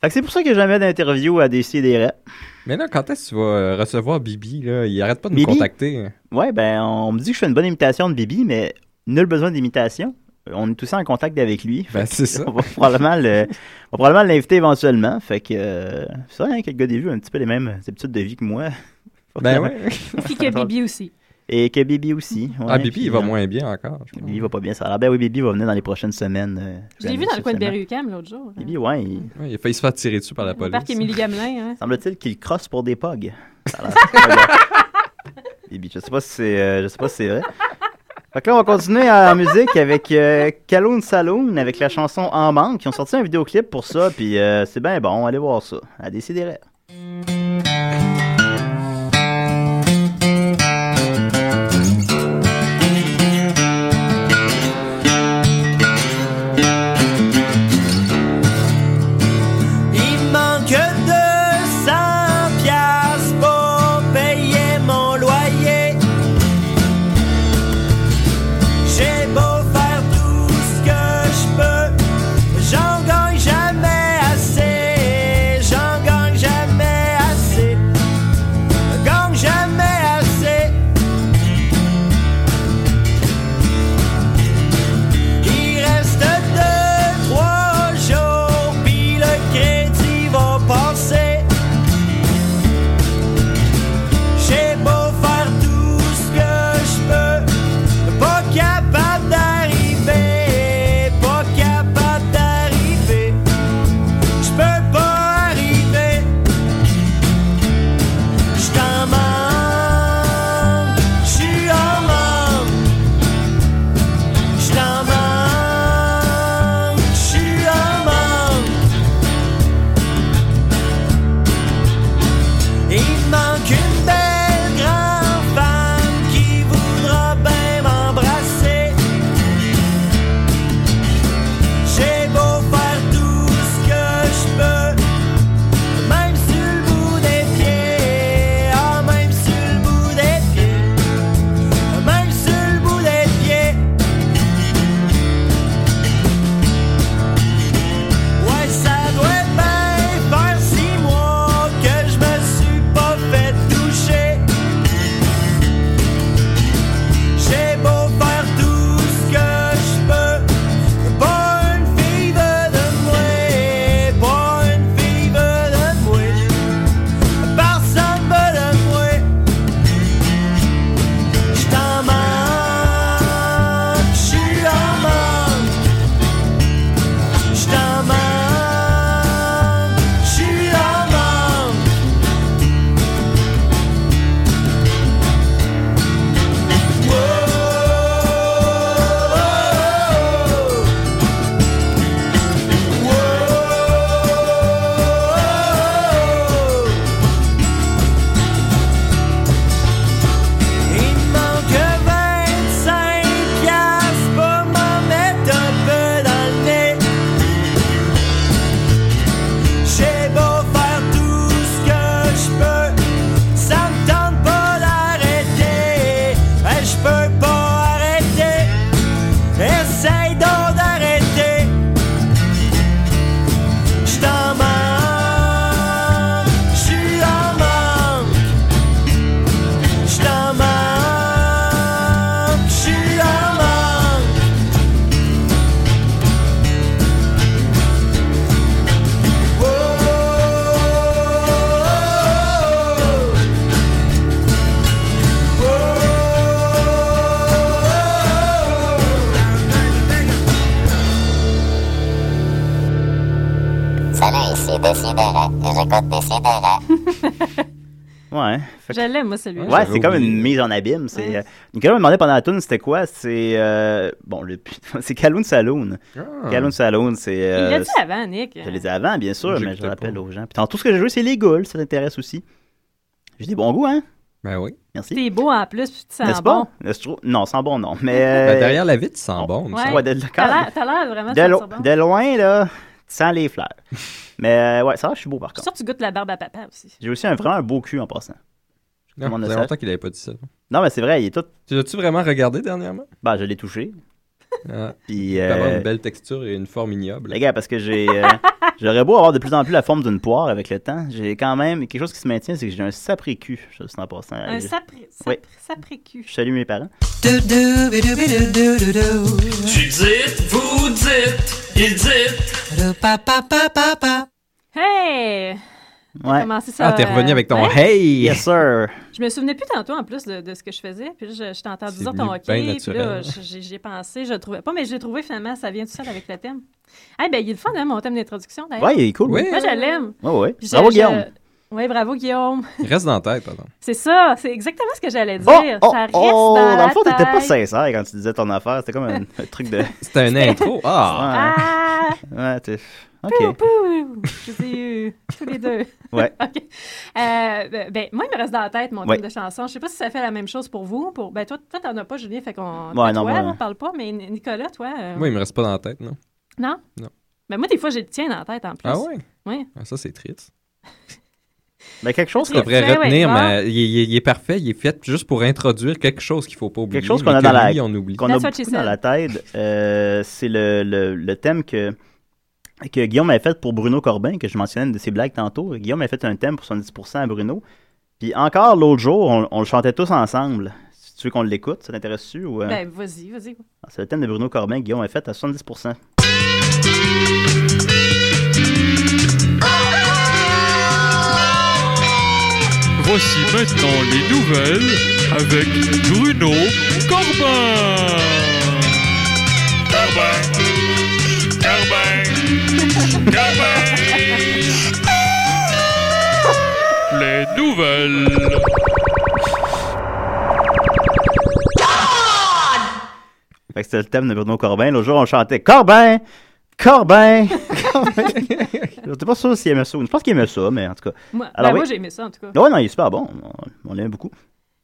C: Fait que c'est pour ça que jamais d'interview à des rap.
F: Mais là, quand est-ce que tu vas euh, recevoir Bibi? Là? Il arrête pas de
C: Bibi?
F: nous contacter.
C: Ouais, ben, on me dit que je fais une bonne imitation de Bibi, mais nul besoin d'imitation. On est tous en contact avec lui.
F: Ben, c'est ça.
C: on va probablement le- on va probablement l'inviter éventuellement. Fait que euh, c'est vrai hein, que le gars des vues a un petit peu les mêmes habitudes de vie que moi.
F: Ben ouais.
E: Puis que Bibi aussi.
C: Et que Bibi aussi. ouais,
F: ah, Bibi,
C: puis,
F: il va
C: euh,
F: moins bien encore. je pense.
C: Bibi va pas bien ça. Alors ben oui, Bibi va venir dans les prochaines semaines. euh,
E: Je l'ai vu dans le coin de Berry-UQAM l'autre jour. hein.
C: Bibi, ouais, il-
F: Ouais, il a failli se faire tirer dessus par la
E: Au
F: police.
E: parc Émilie Gamelin. hein.
C: semble-t-il qu'il crosse pour des pogs. Ça a l'air- Bibi, je sais pas si c'est euh, je sais pas si c'est vrai. Fait que là, on va continuer en musique avec euh, Caloun Saloon, avec la chanson En manque. Ils ont sorti un vidéoclip pour ça, puis euh, c'est bien bon, allez voir ça. À décider.
H: Il manque 200 piastres pour payer mon loyer. J'ai beau faire tout ce que je peux, j'en gagne jamais assez, j'en gagne jamais ah,
C: Ouais. Fait que-
E: Je l'aime, moi, celui-là.
C: Ouais,
F: j'avais
C: c'est comme
F: oublié.
C: une mise en abîme. C'est,
E: Ouais.
C: euh, Nicolas m'a demandé pendant la tune c'était quoi C'est. euh, Bon, le... c'est Caloun Saloon.
F: Ah,
C: Caloun Saloon, c'est.
E: Il
C: euh,
E: l'a dit avant, Nick.
C: Je les ai avant, bien sûr, mais je
F: J'écoutais
C: le rappelle
F: pas.
C: aux gens. Puis tantôt, ce que j'ai joué, c'est les Ghouls, ça t'intéresse aussi. J'ai des bons goûts, hein
F: Ben oui.
C: Merci.
E: T'es beau en plus, puis tu sens
C: N'est-ce
E: bon.
C: pas Ne se trou- Non, sans bon, non. Mais.
F: Ben,
C: euh,
F: derrière la vitre, tu sens bon. il me
E: Ouais.
F: semble.
C: ouais, de, quand-
E: T'as l'air- t'as l'air vraiment
C: de
E: de
C: lo-
E: sentir bon.
C: de loin, là, tu sens les fleurs. mais euh, ouais, ça va, je suis beau par
E: Je suis
C: contre.
E: sûre que tu goûtes la barbe à papa aussi.
C: J'ai aussi un, vraiment un beau cul en passant.
F: Non,
C: Comment on
F: ça
C: a
F: fait
C: ça?
F: longtemps qu'il n'avait pas dit ça.
C: Non, mais c'est vrai, il est tout.
F: Tu l'as-tu vraiment regardé dernièrement?
C: Bah, je l'ai touché.
F: Ah,
C: Puis.
F: il peut avoir
C: euh,
F: une belle texture et une forme ignoble.
C: Les gars, parce que j'ai. euh, J'aurais beau avoir de plus en plus la forme d'une poire avec le temps. J'ai quand même. Quelque chose qui se maintient, c'est que j'ai un sapré cul, juste en passant.
E: Un
C: hein. Je-
E: sapré
C: Oui.
E: sapré- sapré cul.
C: Je salue mes parents.
E: Hey!
C: Ouais.
E: Commencé ça.
F: Ah, t'es
E: euh,
F: revenu avec ton
E: ouais.
F: Hey!
C: Yes, sir.
E: Je me souvenais plus tantôt en plus de, de ce que je faisais. Puis là, je, je t'ai entendu
F: C'est
E: dire ton
F: venu
E: hockey.
F: bien
E: Puis là,
F: naturel.
E: j- j'ai j'ai pensé, je le trouvais pas, mais je l'ai trouvé finalement, ça vient tout seul avec le thème. Ah, ben, il est le fun, hein, mon thème d'introduction d'ailleurs.
C: Ouais, il est cool.
F: Oui,
E: Moi, je l'aime.
C: Ouais, ouais.
E: Puis je-
C: Bravo,
E: je-
C: Guillaume.
E: Oui, bravo, Guillaume.
F: il reste dans la tête, pardon.
E: C'est ça, c'est exactement ce que j'allais
C: Oh,
E: dire.
C: oh,
E: ça reste
C: oh,
E: dans,
C: dans,
E: la
C: le fond, t'étais pas
E: tête.
C: sincère quand tu disais ton affaire. C'était comme un, un truc de.
F: C'était un intro. Ah!
C: Ah,
E: Ah!
C: ouais, t'es.
E: Pou,
C: Ok.
E: pou! Je les ai eu tous les deux.
C: Ouais.
E: OK. Euh, ben, ben, moi, il me reste dans la tête mon
C: Ouais.
E: thème de chanson. Je sais pas si ça fait la même chose pour vous. Pour... Ben, toi, toi, t'en as pas, Julien, fait qu'on.
C: Ouais,
E: toi,
C: non, moi- euh.
E: on parle pas, mais N- Nicolas, toi. euh,
F: Moi, il me reste pas dans la tête, non?
E: Non?
F: Non.
E: Ben, moi, des fois, j'ai le tien dans la tête en plus.
F: Ah ouais?
E: Ouais.
F: Ah, ça, c'est triste.
C: Mais Ben, quelque chose,
F: Je
C: que-
F: devrais
E: Ouais, ouais,
F: retenir,
E: bon.
F: mais il, est- il est parfait, il est fait juste pour introduire quelque chose qu'il faut pas oublier.
C: Quelque chose qu'on
F: mais
C: a
F: que
C: dans la-
F: lui, on oublie.
C: qu'on a
E: That's what she
C: beaucoup dans
E: said.
C: la tête, euh, c'est le, le, le thème que, que Guillaume avait fait pour Bruno Corbin, que je mentionnais une de ses blagues tantôt. Guillaume avait fait un thème pour son 10% à Bruno. Puis encore l'autre jour, on, on le chantait tous ensemble. Si tu veux qu'on l'écoute, ça t'intéresse-tu? Ou, euh,
E: Ben, vas-y, vas-y.
C: C'est le thème de Bruno Corbin que Guillaume a fait à 70%.
G: Voici maintenant les nouvelles avec Bruno Corbin. Les nouvelles.
C: Fait que c'était le thème de Bruno Corbin. L'autre jour, on chantait Corbin! Corbin! Corbin! Je sais pas sûr s'il aimait ça. ou non. Je pense qu'il aimait ça, mais en tout cas.
E: Moi,
C: Alors,
E: ben, moi,
C: oui.
E: j'ai aimé ça, en tout cas.
C: Ouais, non, il est super bon. On, on l'aime beaucoup.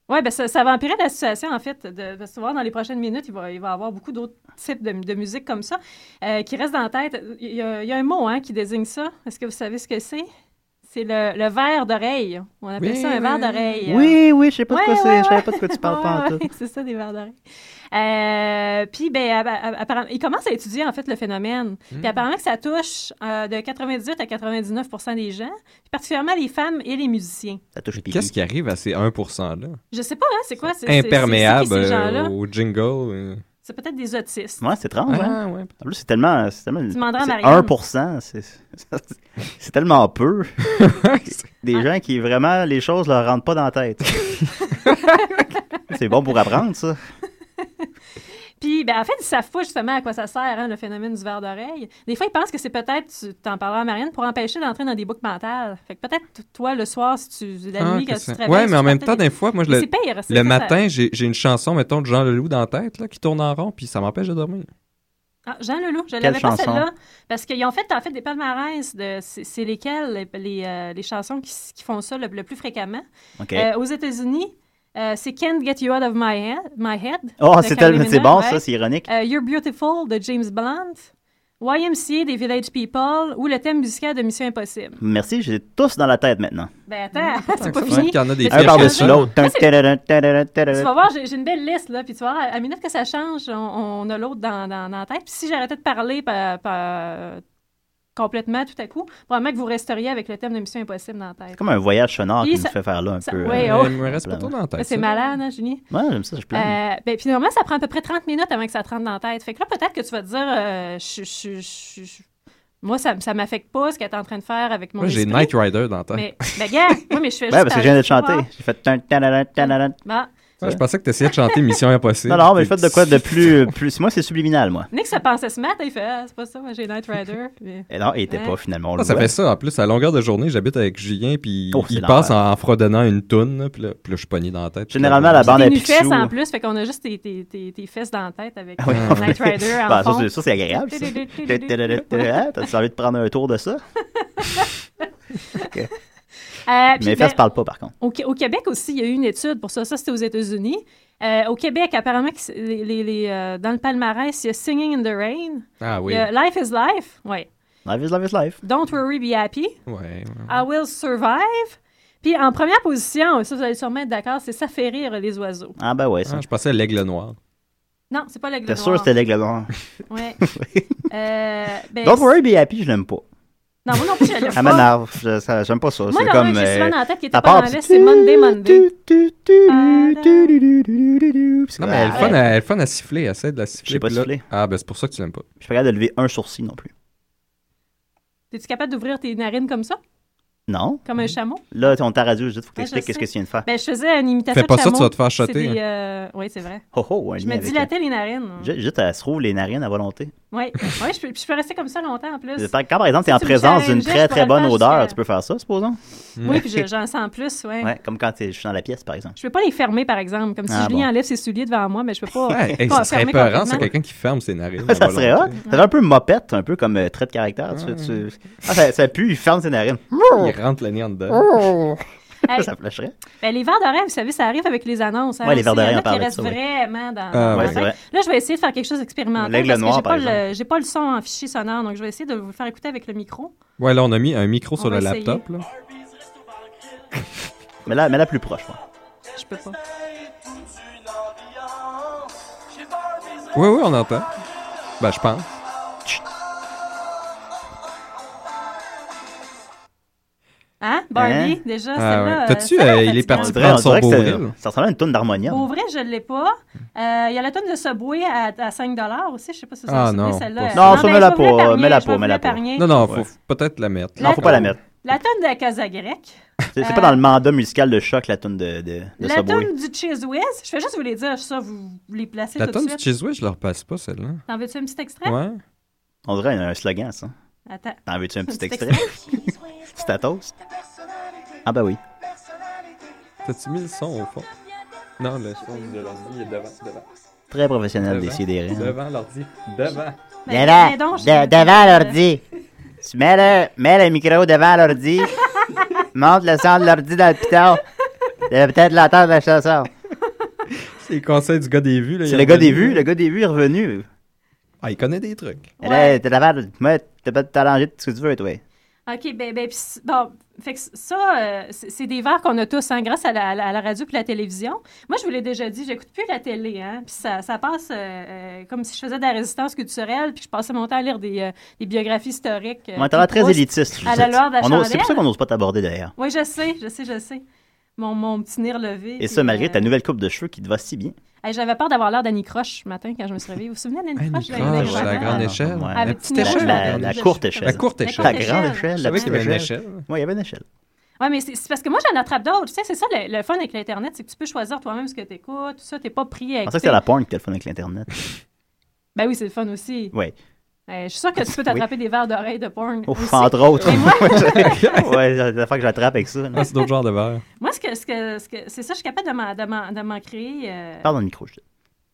E: Oui, ben ça, ça va empirer la situation, en fait, de, de se voir dans les prochaines minutes. Il va y avoir beaucoup d'autres types de, de musique comme ça euh, qui restent dans la tête. Il y a, il y a un mot hein, qui désigne ça. Est-ce que vous savez ce que c'est? C'est le, le verre d'oreille. On appelle
F: Oui,
E: ça un
F: oui,
E: verre
F: oui.
E: d'oreille.
C: Oui, oui, je sais pas de
E: euh, ouais,
C: quoi
E: ouais,
C: c'est.
E: ouais.
C: Je savais pas de quoi tu
E: Ouais,
C: parles pas en tout.
E: ouais, c'est ça, des verres d'oreille. Euh, puis, ben, app- app- apparemment, il commence à étudier, en fait, le phénomène.
C: Hmm.
E: Puis, apparemment, que ça touche euh, de 98 à 99 des gens, puis particulièrement les femmes et les musiciens.
C: Ça touche pipi.
F: Qu'est-ce qui arrive à ces 1%-là?
E: Je sais pas, hein, c'est quoi? c'est- c'est- c'est qui,
F: Imperméable
E: ces gens-là?
F: euh, au jingle. euh. Ah,
E: C'est peut-être des autistes.
C: Ouais, c'est étrange. hein?
F: ouais.
C: En plus, c'est tellement. C'est tellement
E: demanderas à
C: c'est
E: Marianne.
C: 1%. C'est, c'est- c'est tellement peu.
E: Ah.
C: Des gens qui vraiment, les choses leur rentrent pas dans la tête. c'est bon pour apprendre, ça.
E: Puis, ben, en fait, ils savent pas justement à quoi ça sert, hein, le phénomène du verre d'oreille. Des fois, ils pensent que c'est peut-être, tu t'en parleras à Marianne, pour empêcher d'entrer dans des boucles mentales. Fait que peut-être, t- toi, le soir, si tu, la
F: Ah,
E: nuit,
F: que
E: quand tu
F: ça-
E: te réveilles...
F: ouais,
E: tu
F: mais en
E: prends
F: même
E: peut-être
F: temps,
E: des-
F: des fois, moi, je
E: Mais
F: le,
E: c'est pire. c'est
F: le
E: ça, ça-
F: matin, j'ai j'ai une chanson, mettons, de Jean Leloup dans la tête, là, qui tourne en rond, puis ça m'empêche de dormir.
E: Ah, Jean Leloup, je l'avais pas
C: chanson?
E: celle-là. Parce qu'ils ont fait, en fait des palmarès de c'est c'est lesquelles les, les, euh, les chansons qui, s- qui font ça le, le plus fréquemment.
C: OK.
E: Euh, aux États-Unis, euh, c'est Can't Get You Out of My Head. My head
C: oh,
E: de
C: c'est,
E: Kylie
C: tellement- c'est
E: Minogue,
C: bon,
E: ouais.
C: ça, c'est ironique.
E: Euh, You're Beautiful de James Blunt, YMCA des Village People ou le thème musical de Mission Impossible.
C: Merci, j'ai tous dans la tête maintenant.
E: Ben attends, c'est pas
F: Ouais.
E: fini.
F: Hmm. Qu'il y en a des
E: Mais
F: pires
C: Un
E: tu vas
C: par-dessus
E: changer.
F: ça.
C: l'autre.
E: Ça, c'est-
C: Tadadun, tadadun, tadadun.
E: Tu vas voir, j'ai j'ai une belle liste, là, puis tu vas voir, à la minute que ça change, on, on a l'autre dans, dans, dans la tête. Puis si j'arrêtais de parler pa- pa- complètement tout à coup, probablement que vous resteriez avec le thème de Mission Impossible dans la
C: C'est
E: tête.
C: comme un voyage sonore
E: Puis
C: qui nous
E: ça-
C: fait faire là un
E: ça-
C: peu. euh,
E: ouais,
F: Euh,
E: oh.
F: Il me reste pas trop dans la tête.
E: C'est
F: ça.
E: malade, hein, Julien?
C: ouais, j'aime ça, je plane.
E: Euh, ben, puis normalement, ça prend à peu près 30 minutes avant que ça te rentre dans la tête. Fait que là, peut-être que tu vas te dire, euh, je- je- je- je- moi, ça, ça m'affecte pas ce qu'elle est en train de faire avec mon
F: Moi, j'ai
E: esprit.
F: Knight Rider dans la tête.
E: Mais, ben, gars, moi, mais je fais
C: ouais,
E: juste
C: parce que je viens de
E: parler,
C: chanter.
E: tu
C: J'ai fait. tun, tadadun, tadadun.
E: vois. Bon.
F: Ouais, je pensais que tu essayais de chanter Mission Impossible.
C: Non, non, mais faites de quoi de plus. plus... Moi, c'est subliminal, moi.
E: Nick, ça pensait ce matin, il fait Ah, c'est pas ça, moi j'ai Night Rider. Puis-
C: Et non, il était pas finalement. on
F: Ah,
C: le
F: ça
C: voit.
F: fait ça. En plus, à longueur de journée, j'habite avec Julien, puis
C: Oh, c'est
F: il
C: l'enfer.
F: passe en, en fredonnant une toune, là, puis là, puis là, je suis pogné dans la tête.
C: Généralement, la bande
E: Des
C: à
E: nu-fesses
C: Picsou. Ah
E: en plus, fait qu'on a juste tes, tes, tes, tes fesses dans la tête avec
C: Oui,
E: euh,
C: en
E: Knight
C: fait.
E: Rider en
C: Ben, ça,
E: fond.
C: c'est- ça, c'est agréable. ça. Ah, T'as envie de prendre un tour de ça?
E: Euh, puis,
C: Mes
E: ben,
C: fesses parlent pas, par contre.
E: Au, Qué- au Québec aussi, il y a eu une étude pour ça. Ça, c'était aux États-Unis. Euh, au Québec, apparemment, que c'est- les, les- les, euh, dans le palmarès, il y a Singing in the Rain.
F: Ah
E: il
F: oui.
E: y a Life is Life. Ouais.
C: Life is life is life.
E: Don't Worry, Be Happy.
F: Ouais, ouais.
E: I Will Survive. Puis en première position, ça, vous allez sûrement être d'accord, c'est Ça fait rire les oiseaux.
C: Ah, ben ouais, ça.
F: Ah, je pensais à l'aigle noir.
E: Non, c'est pas la
C: T'es sûr que c'était l'aigle noir.
E: Ouais. Euh, ben,
C: Don't worry, be happy, je l'aime pas.
E: Non, moi non plus, je l'aime
C: Elle
E: pas.
C: m'énerve. je- ça- J'aime pas ça.
E: Moi,
C: C'est
E: la comme,
C: comme.
E: que j'ai souvent
C: euh,
E: dans la tête qui était
C: ça
E: pas
C: part,
E: dans
C: puis-
E: l'Est, c'est Monday, Monday. Ah,
F: Non, mais elle
C: Ah,
F: est fun, hein.
C: ouais.
F: à- elle est fun à siffler. Essaie de la siffler.
C: pas
F: puis là-
C: siffler.
F: Ah, ben c'est pour ça que tu l'aimes pas.
C: Je suis pas capable de lever un sourcil non plus.
E: T'es-tu capable d'ouvrir tes narines comme ça,
C: Non.
E: comme
F: Mhm.
E: un chameau?
C: Là, on t'a radio, je dis, faut que
E: Ouais,
C: t'expliques
E: je
C: qu'est-ce
E: sais.
C: que tu viens de faire.
E: Ben, je faisais une imitation
F: Fais pas
E: de
F: ça,
E: chameau.
F: tu vas te faire
E: C'est
F: choter, hein.
E: des, euh, Oui, c'est vrai.
C: Oh, oh, un
E: Je
C: lien
E: me
C: avec-
E: dilatais les narines.
C: Ju- Juste, elle se trouve les narines à volonté.
E: Oui, ouais, je, peux, je peux rester comme ça longtemps en plus.
C: Quand, par exemple, t'es en
E: tu me
C: présence d'une
E: challenges,
C: très,
E: je pourrais
C: très
E: le
C: bonne
E: faire
C: odeur,
E: jusqu'à-
C: tu peux faire ça, supposons?
E: Oui, puis je- j'en sens plus, ouais.
C: Ouais, comme quand t'es- je suis dans la pièce, par exemple.
E: Je peux pas les fermer, par exemple. Comme si
C: Ah,
E: je lui
C: bon.
E: enlève ses souliers devant moi, mais je peux pas.
F: Ouais, hey,
E: pas
F: ça serait
E: fermer
F: épeurant, c'est
E: complètement.
F: quelqu'un qui ferme ses narines.
C: Ça serait hot.
F: involontairement.
C: Ça fait un peu mopette, un peu comme euh, trait de caractère. tu- tu- Ah, ça, ça pue, il ferme ses narines.
F: Il rentre le nez en dedans.
E: Hey,
C: Ça flasherait.
E: ben, les verres d'oreille, vous savez, ça arrive avec les annonces. hein,
C: Ouais, les
E: aussi.
C: verres d'oreille,
E: Il y en
C: on parlait
E: a
C: de
E: qui restent
C: ça, oui.
E: vraiment dans.
F: Ah, ouais,
E: dans la
C: c'est
E: tête.
C: vrai.
E: Là, je vais essayer de faire quelque chose d'expérimental.
C: L'aigle
E: parce que
C: noir,
E: j'ai
C: par
E: pas le- J'ai pas le son en fichier sonore, donc je vais essayer de vous le faire écouter avec le micro.
F: Ouais, là, on a mis un micro sur
E: va
F: le
E: essayer.
F: laptop. Là.
C: Mais là, mais la plus proche, moi.
E: Je peux pas.
F: Oui, oui, on entend. Ben, je pense.
E: Hein? Barbie,
C: Hein?
E: déjà,
F: Ah,
E: celle-là.
F: ouais.
E: euh,
F: T'as-tu,
E: celle-là,
F: euh,
E: elle
F: il est
E: fatigante.
F: parti
C: On dirait, on
F: Prendre son
C: dirait que
F: beau
C: ça-
F: rire.
C: ça ressemble à une toune d'harmonium.
E: Pour vrai, je l'ai pas. Euh, Il y a la tonne de Subway à, à 5 aussi. Je sais pas si vous
F: Ah,
E: en souvenez,
F: non,
E: celle-là.
F: pas
E: Euh,
F: ça. Non,
C: ça,
E: ben,
C: mets-la
E: je vais vous
C: pour, euh,
E: l'épargner,
C: mets-la
E: je
C: pour,
E: vais vous
C: mets-la pour.
E: l'épargner.
F: Non, non, faut
C: Ouais.
F: faut peut-être la mettre.
E: La-
C: Non, faut pas la mettre.
E: La tonne de la Casa Grecque.
C: C'est c'est
E: Euh,
C: pas dans le mandat musical de choc, la toune de, de, de
E: La
C: Subway.
E: tonne du Cheese Whiz. Je vais juste vous les dire, ça, vous les placez
F: La
E: tout
F: tonne
E: de
F: du
E: suite. Hein?
F: cheese whiz, je leur passe pas, celle-là.
E: T'en veux-tu un petit extrait?
F: Ouais.
C: On dirait un slogan, ça.
E: Attends.
C: T'en veux-tu un petit
E: Petit
C: extrait? C'est à toast? Ah, ben oui.
F: T'as-tu mis le son au fond? Non, le son de l'ordi est devant. Devant,
C: Très professionnel,
F: Devant.
C: décidé.
F: devant l'ordi. Devant.
E: Ben, ben donc, je- euh,
C: Tu mets le, mets le micro devant l'ordi. monte le son de l'ordi dans le piton. Tu vas peut-être l'entendre la chanson.
F: C'est les conseils du gars des vues. là, il
C: C'est
F: est
C: le gars des
F: revenu.
C: vues. Le gars des vues est revenu.
F: Ah, il connaît des trucs.
C: Et Là, Eh ben, t'es là, moi, t'as pas t'arranger tout ce que tu veux, toi.
E: OK, ben, ben, pis c- bon, fait que ça, euh, c'est c'est des verres qu'on a tous, hein, grâce à la, à la- à la radio puis la télévision. Moi, je vous l'ai déjà dit, j'écoute plus la télé, hein, puis ça, ça passe euh, euh, comme si je faisais de la résistance culturelle, puis je passais mon temps à lire des, euh, des biographies historiques. euh,
C: On est là très élitiste. je
E: à
C: sais.
E: la lueur de la
C: On ose- C'est
E: chandelle.
C: pour ça qu'on n'ose pas t'aborder d'ailleurs.
E: Oui, je sais, je sais, je sais. Mon, mon petit nez relevé.
C: Et ça, malgré ta
E: nous.
C: nouvelle coupe de cheveux qui te va si bien.
E: J'avais peur d'avoir l'air d'Annie Croche ce matin quand Ah, je me suis réveillée. Vous vous souvenez d'Annie
F: Hey,
E: Croche?
F: Nicole,
E: j'avais l'air
F: à la
E: d'Annie
F: grande
E: Croche.
C: Ouais.
F: échelle. Ah,
C: Ouais.
F: La
E: Avec
F: petite
E: une
C: La,
E: échelle,
F: échelle.
C: la-
E: grande
C: la
E: échelle.
C: courte
F: La
C: échelle.
F: courte
E: La
F: échelle.
C: La
E: courte
C: grande
E: échelle.
C: échelle. La
F: Je savais qu'il
C: petite
F: y avait une
C: échelle.
F: échelle.
C: Oui, il y avait une échelle.
E: Oui, mais c'est c'est parce que moi, j'en attrape d'autres. Tu sais, c'est ça le, le fun avec l'Internet, c'est que tu peux choisir toi-même ce que tu écoutes, tout ça, t'es pas pris à
C: Je
E: écouter.
C: pensais que c'était la porn qui était le fun avec l'Internet.
E: Ben oui, c'est le fun aussi.
C: Oui.
E: Euh, je suis sûre que tu peux t'attraper des verres d'oreilles de porn.
C: Ouf,
E: aussi.
C: entre autres.
E: Mais moi,
C: ouais, c'est la fois que j'attrape avec ça. là.
F: Ah, c'est d'autres genres de verres.
E: moi, ce que, ce que, ce que, c'est ça, je suis capable de m'en, de m'en, de m'en créer. euh,
C: Parle dans le micro, je te-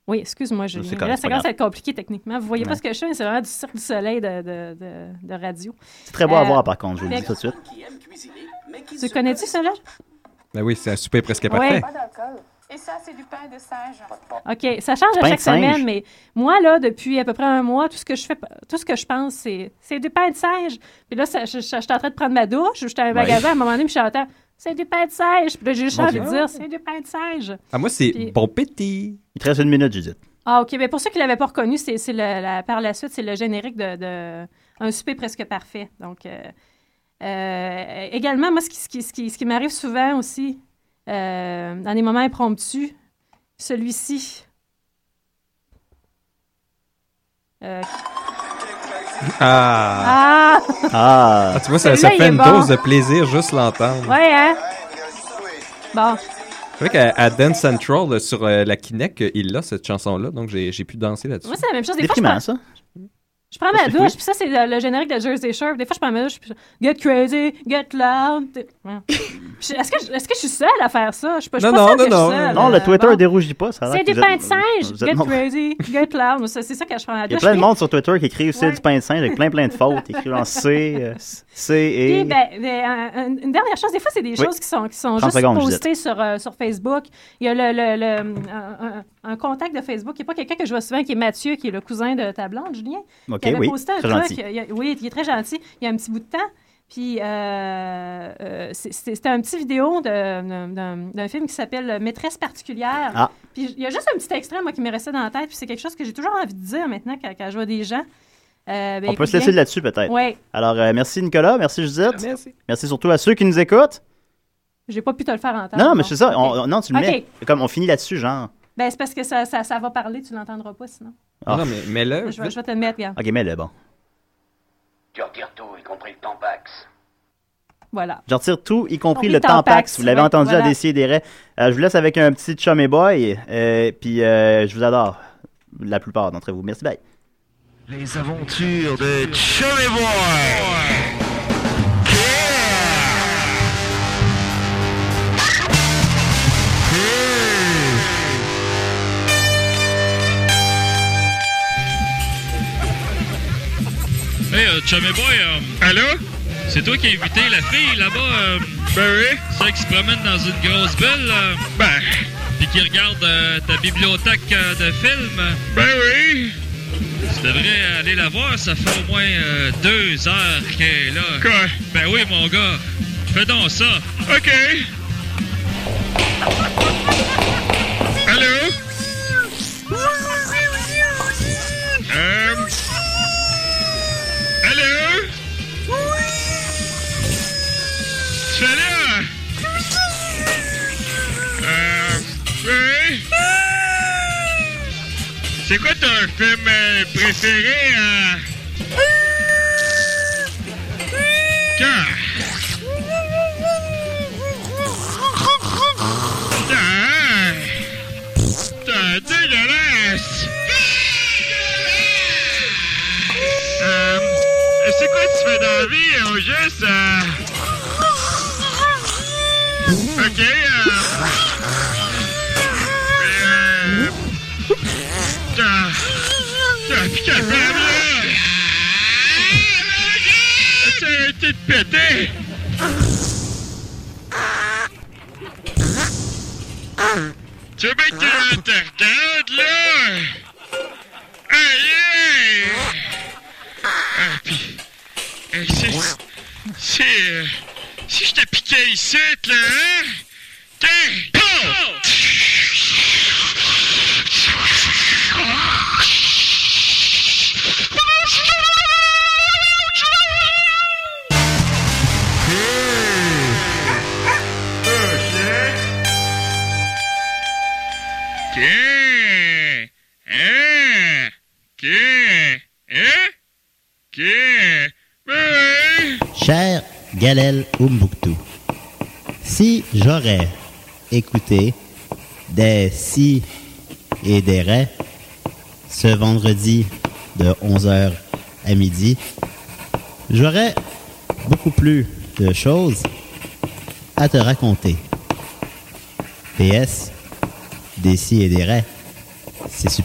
E: Oui, excuse-moi, Julien.
C: C'est correct,
E: Là,
C: c'est pas
E: ça commence
C: grave.
E: à être compliqué techniquement. Vous voyez pas ce que je fais, mais c'est vraiment du cirque du soleil de, de, de, de radio.
C: C'est très beau à
E: Euh,
C: voir, par contre, je vous le dis
E: fait-
C: tout de suite.
E: Tu connais-tu cela?
F: Ben oui, c'est un souper presque
E: Ouais.
F: parfait.
J: Et ça, c'est du pain de singe.
E: OK, ça change à
C: pain de
E: chaque
C: singe.
E: semaine, mais moi, là, depuis à peu près un mois, tout ce que je fais, tout ce que je pense, c'est, c'est du pain de singe. Puis là, ça- je, je- j'étais en train de prendre ma douche, j'étais à un
C: Ouais.
E: magasin, à un moment donné, puis j'entends, c'est du pain de singe. Puis là, j'ai juste
F: Mon
E: envie de
F: Dieu.
E: dire, c'est du pain de singe.
F: Ah, moi, c'est
E: Puis-
F: bon petit.
C: Il te reste une minute, Judith.
E: Ah, OK, bien pour ceux qui ne l'avaient pas reconnu, c'est, c'est le- la- par la suite, c'est le générique de, de Un souper presque parfait. Donc, euh, euh, également, moi, ce qui, ce qui- ce qui- ce qui m'arrive souvent aussi, euh, dans des moments impromptus, celui-ci. Euh,
F: Ah!
E: Ah!
C: Ah!
F: Ah, tu vois, ça,
E: Celui-là,
F: ça fait
E: il est
F: une
E: bon.
C: hein?
F: dose de plaisir juste l'entendre.
E: Ouais, hein? Bon.
F: C'est vrai qu'à à Dance Central, là, sur euh, la Kinect, euh, il l'a, cette chanson-là, donc j'ai j'ai pu danser là-dessus.
E: Moi, c'est hein. la même chose. Des fois, je prends,
C: ça.
E: je prends ma douche, puis ça, c'est le, le générique de Jersey Shore. Des fois, je prends ma douche, puis je- Get crazy, get loud. T'es- Ouais. Je- Est-ce que, je- est-ce que je suis seule à faire ça? Je suis pas, je suis
C: Non,
E: pas
C: non,
E: sûre
C: non,
E: que je
C: non.
E: suis seule.
C: Non, le
E: Euh,
C: Twitter dérougit pas, ça a l'air
E: C'est
C: que
E: du
C: vous
E: pain
C: êtes-
E: de singe,
C: vous êtes
E: get
C: nombreux.
E: crazy, get loud. Ça, C'est ça que je prends à la
C: Il y a
E: douche.
C: plein de
E: Puis-
C: monde sur Twitter qui écrivent c'est
E: Ouais.
C: du pain de singe avec plein plein de fautes. Ils écrivent en C, euh, C
E: Puis,
C: et.
E: ben, ben, un- un- une dernière chose, des fois, c'est des
C: Oui.
E: choses qui sont, qui sont
C: 30
E: juste
C: secondes,
E: postées sur, euh, sur Facebook. Il y a le, le- le- un, un- un contact de Facebook qui n'est pas quelqu'un que je vois souvent, qui est Mathieu, qui est le cousin de ta blonde, Julien.
C: Ok,
E: qui avait
C: oui,
E: posté un
C: très
E: truc. euh,
C: gentil.
E: il y a- oui, il est très gentil. Il y a un petit bout de temps. Puis, euh, euh, c'est- c'est- c'était un petit vidéo de- d'un- d'un d'un film qui s'appelle Maîtresse particulière.
C: Ah.
E: Puis, il y a juste un petit extrait, moi, qui m'est resté dans la tête. Puis, c'est quelque chose que j'ai toujours envie de dire maintenant quand, quand je vois des gens. Euh, ben,
C: On peut
E: écoute
C: se laisser
E: bien.
C: là-dessus peut-être.
E: Ouais.
C: Alors euh, merci Nicolas, merci Judith.
E: Merci.
C: Merci surtout à ceux qui nous écoutent.
E: J'ai pas pu te le faire entendre.
C: Non, non, mais
E: Ah, bon.
C: c'est ça. on- on- non, tu le
E: Ok.
C: mets. Comme on finit là-dessus, genre.
E: Ben, c'est parce que ça, ça, ça va parler, tu l'entendras pas sinon.
C: Ah.
F: Non, mais mets-le.
E: Je vais, je vais te le mettre, regarde.
C: Ok, mets-le, bon.
K: Tu retires tout, y compris le Tampax.
E: Voilà.
C: Je retire tout, y compris
K: Compris
C: le
K: le
C: Tampax.
K: Tampax,
C: Vous l'avez
K: ouais,
C: entendu à
K: voilà.
C: Décideret. Euh, je vous laisse avec un petit chum et boy. euh, puis euh, je vous adore. La plupart d'entre vous. Merci, bye.
L: Les aventures de Chummy Boy.
D: Hey, euh, Chummy Boy, euh, Allô? C'est toi qui as invité la fille là-bas, euh, Ben oui? Celle qui se promène dans une grosse bulle, là. Ben. Puis qui regarde euh, ta bibliothèque euh, de films. Ben oui! Tu devrais aller la voir, ça fait au moins euh, deux heures qu'elle est là. Quoi? Ben oui, mon gars. Fais donc ça. OK. Allô?
G: Euh...
D: Allô?
G: Tu fais là? Euh... Oui? C'est quoi ton film euh, préféré? Euh... Tiens. Tiens. Tiens, dégueulasse! Euh, c'est quoi que tu fais dans la vie euh? au juste? euh? Ok. Euh... Euh... T'as... T'as piqué la femme, là! T'as arrêté de péter! Tu veux bien que te regarde, là? Aïe! aïe. Ah, puis, euh, c'est- c'est. euh, si je te piquais ici, là, hein? Tiens! Tiens! Hein? Tiens! Hein? Tiens! Ben,
M: Cher Galel Umbuktu, si j'aurais écouté des si et des ré ce vendredi de 11h à midi, j'aurais beaucoup plus de choses à te raconter. PS, des si et des ré, c'est super.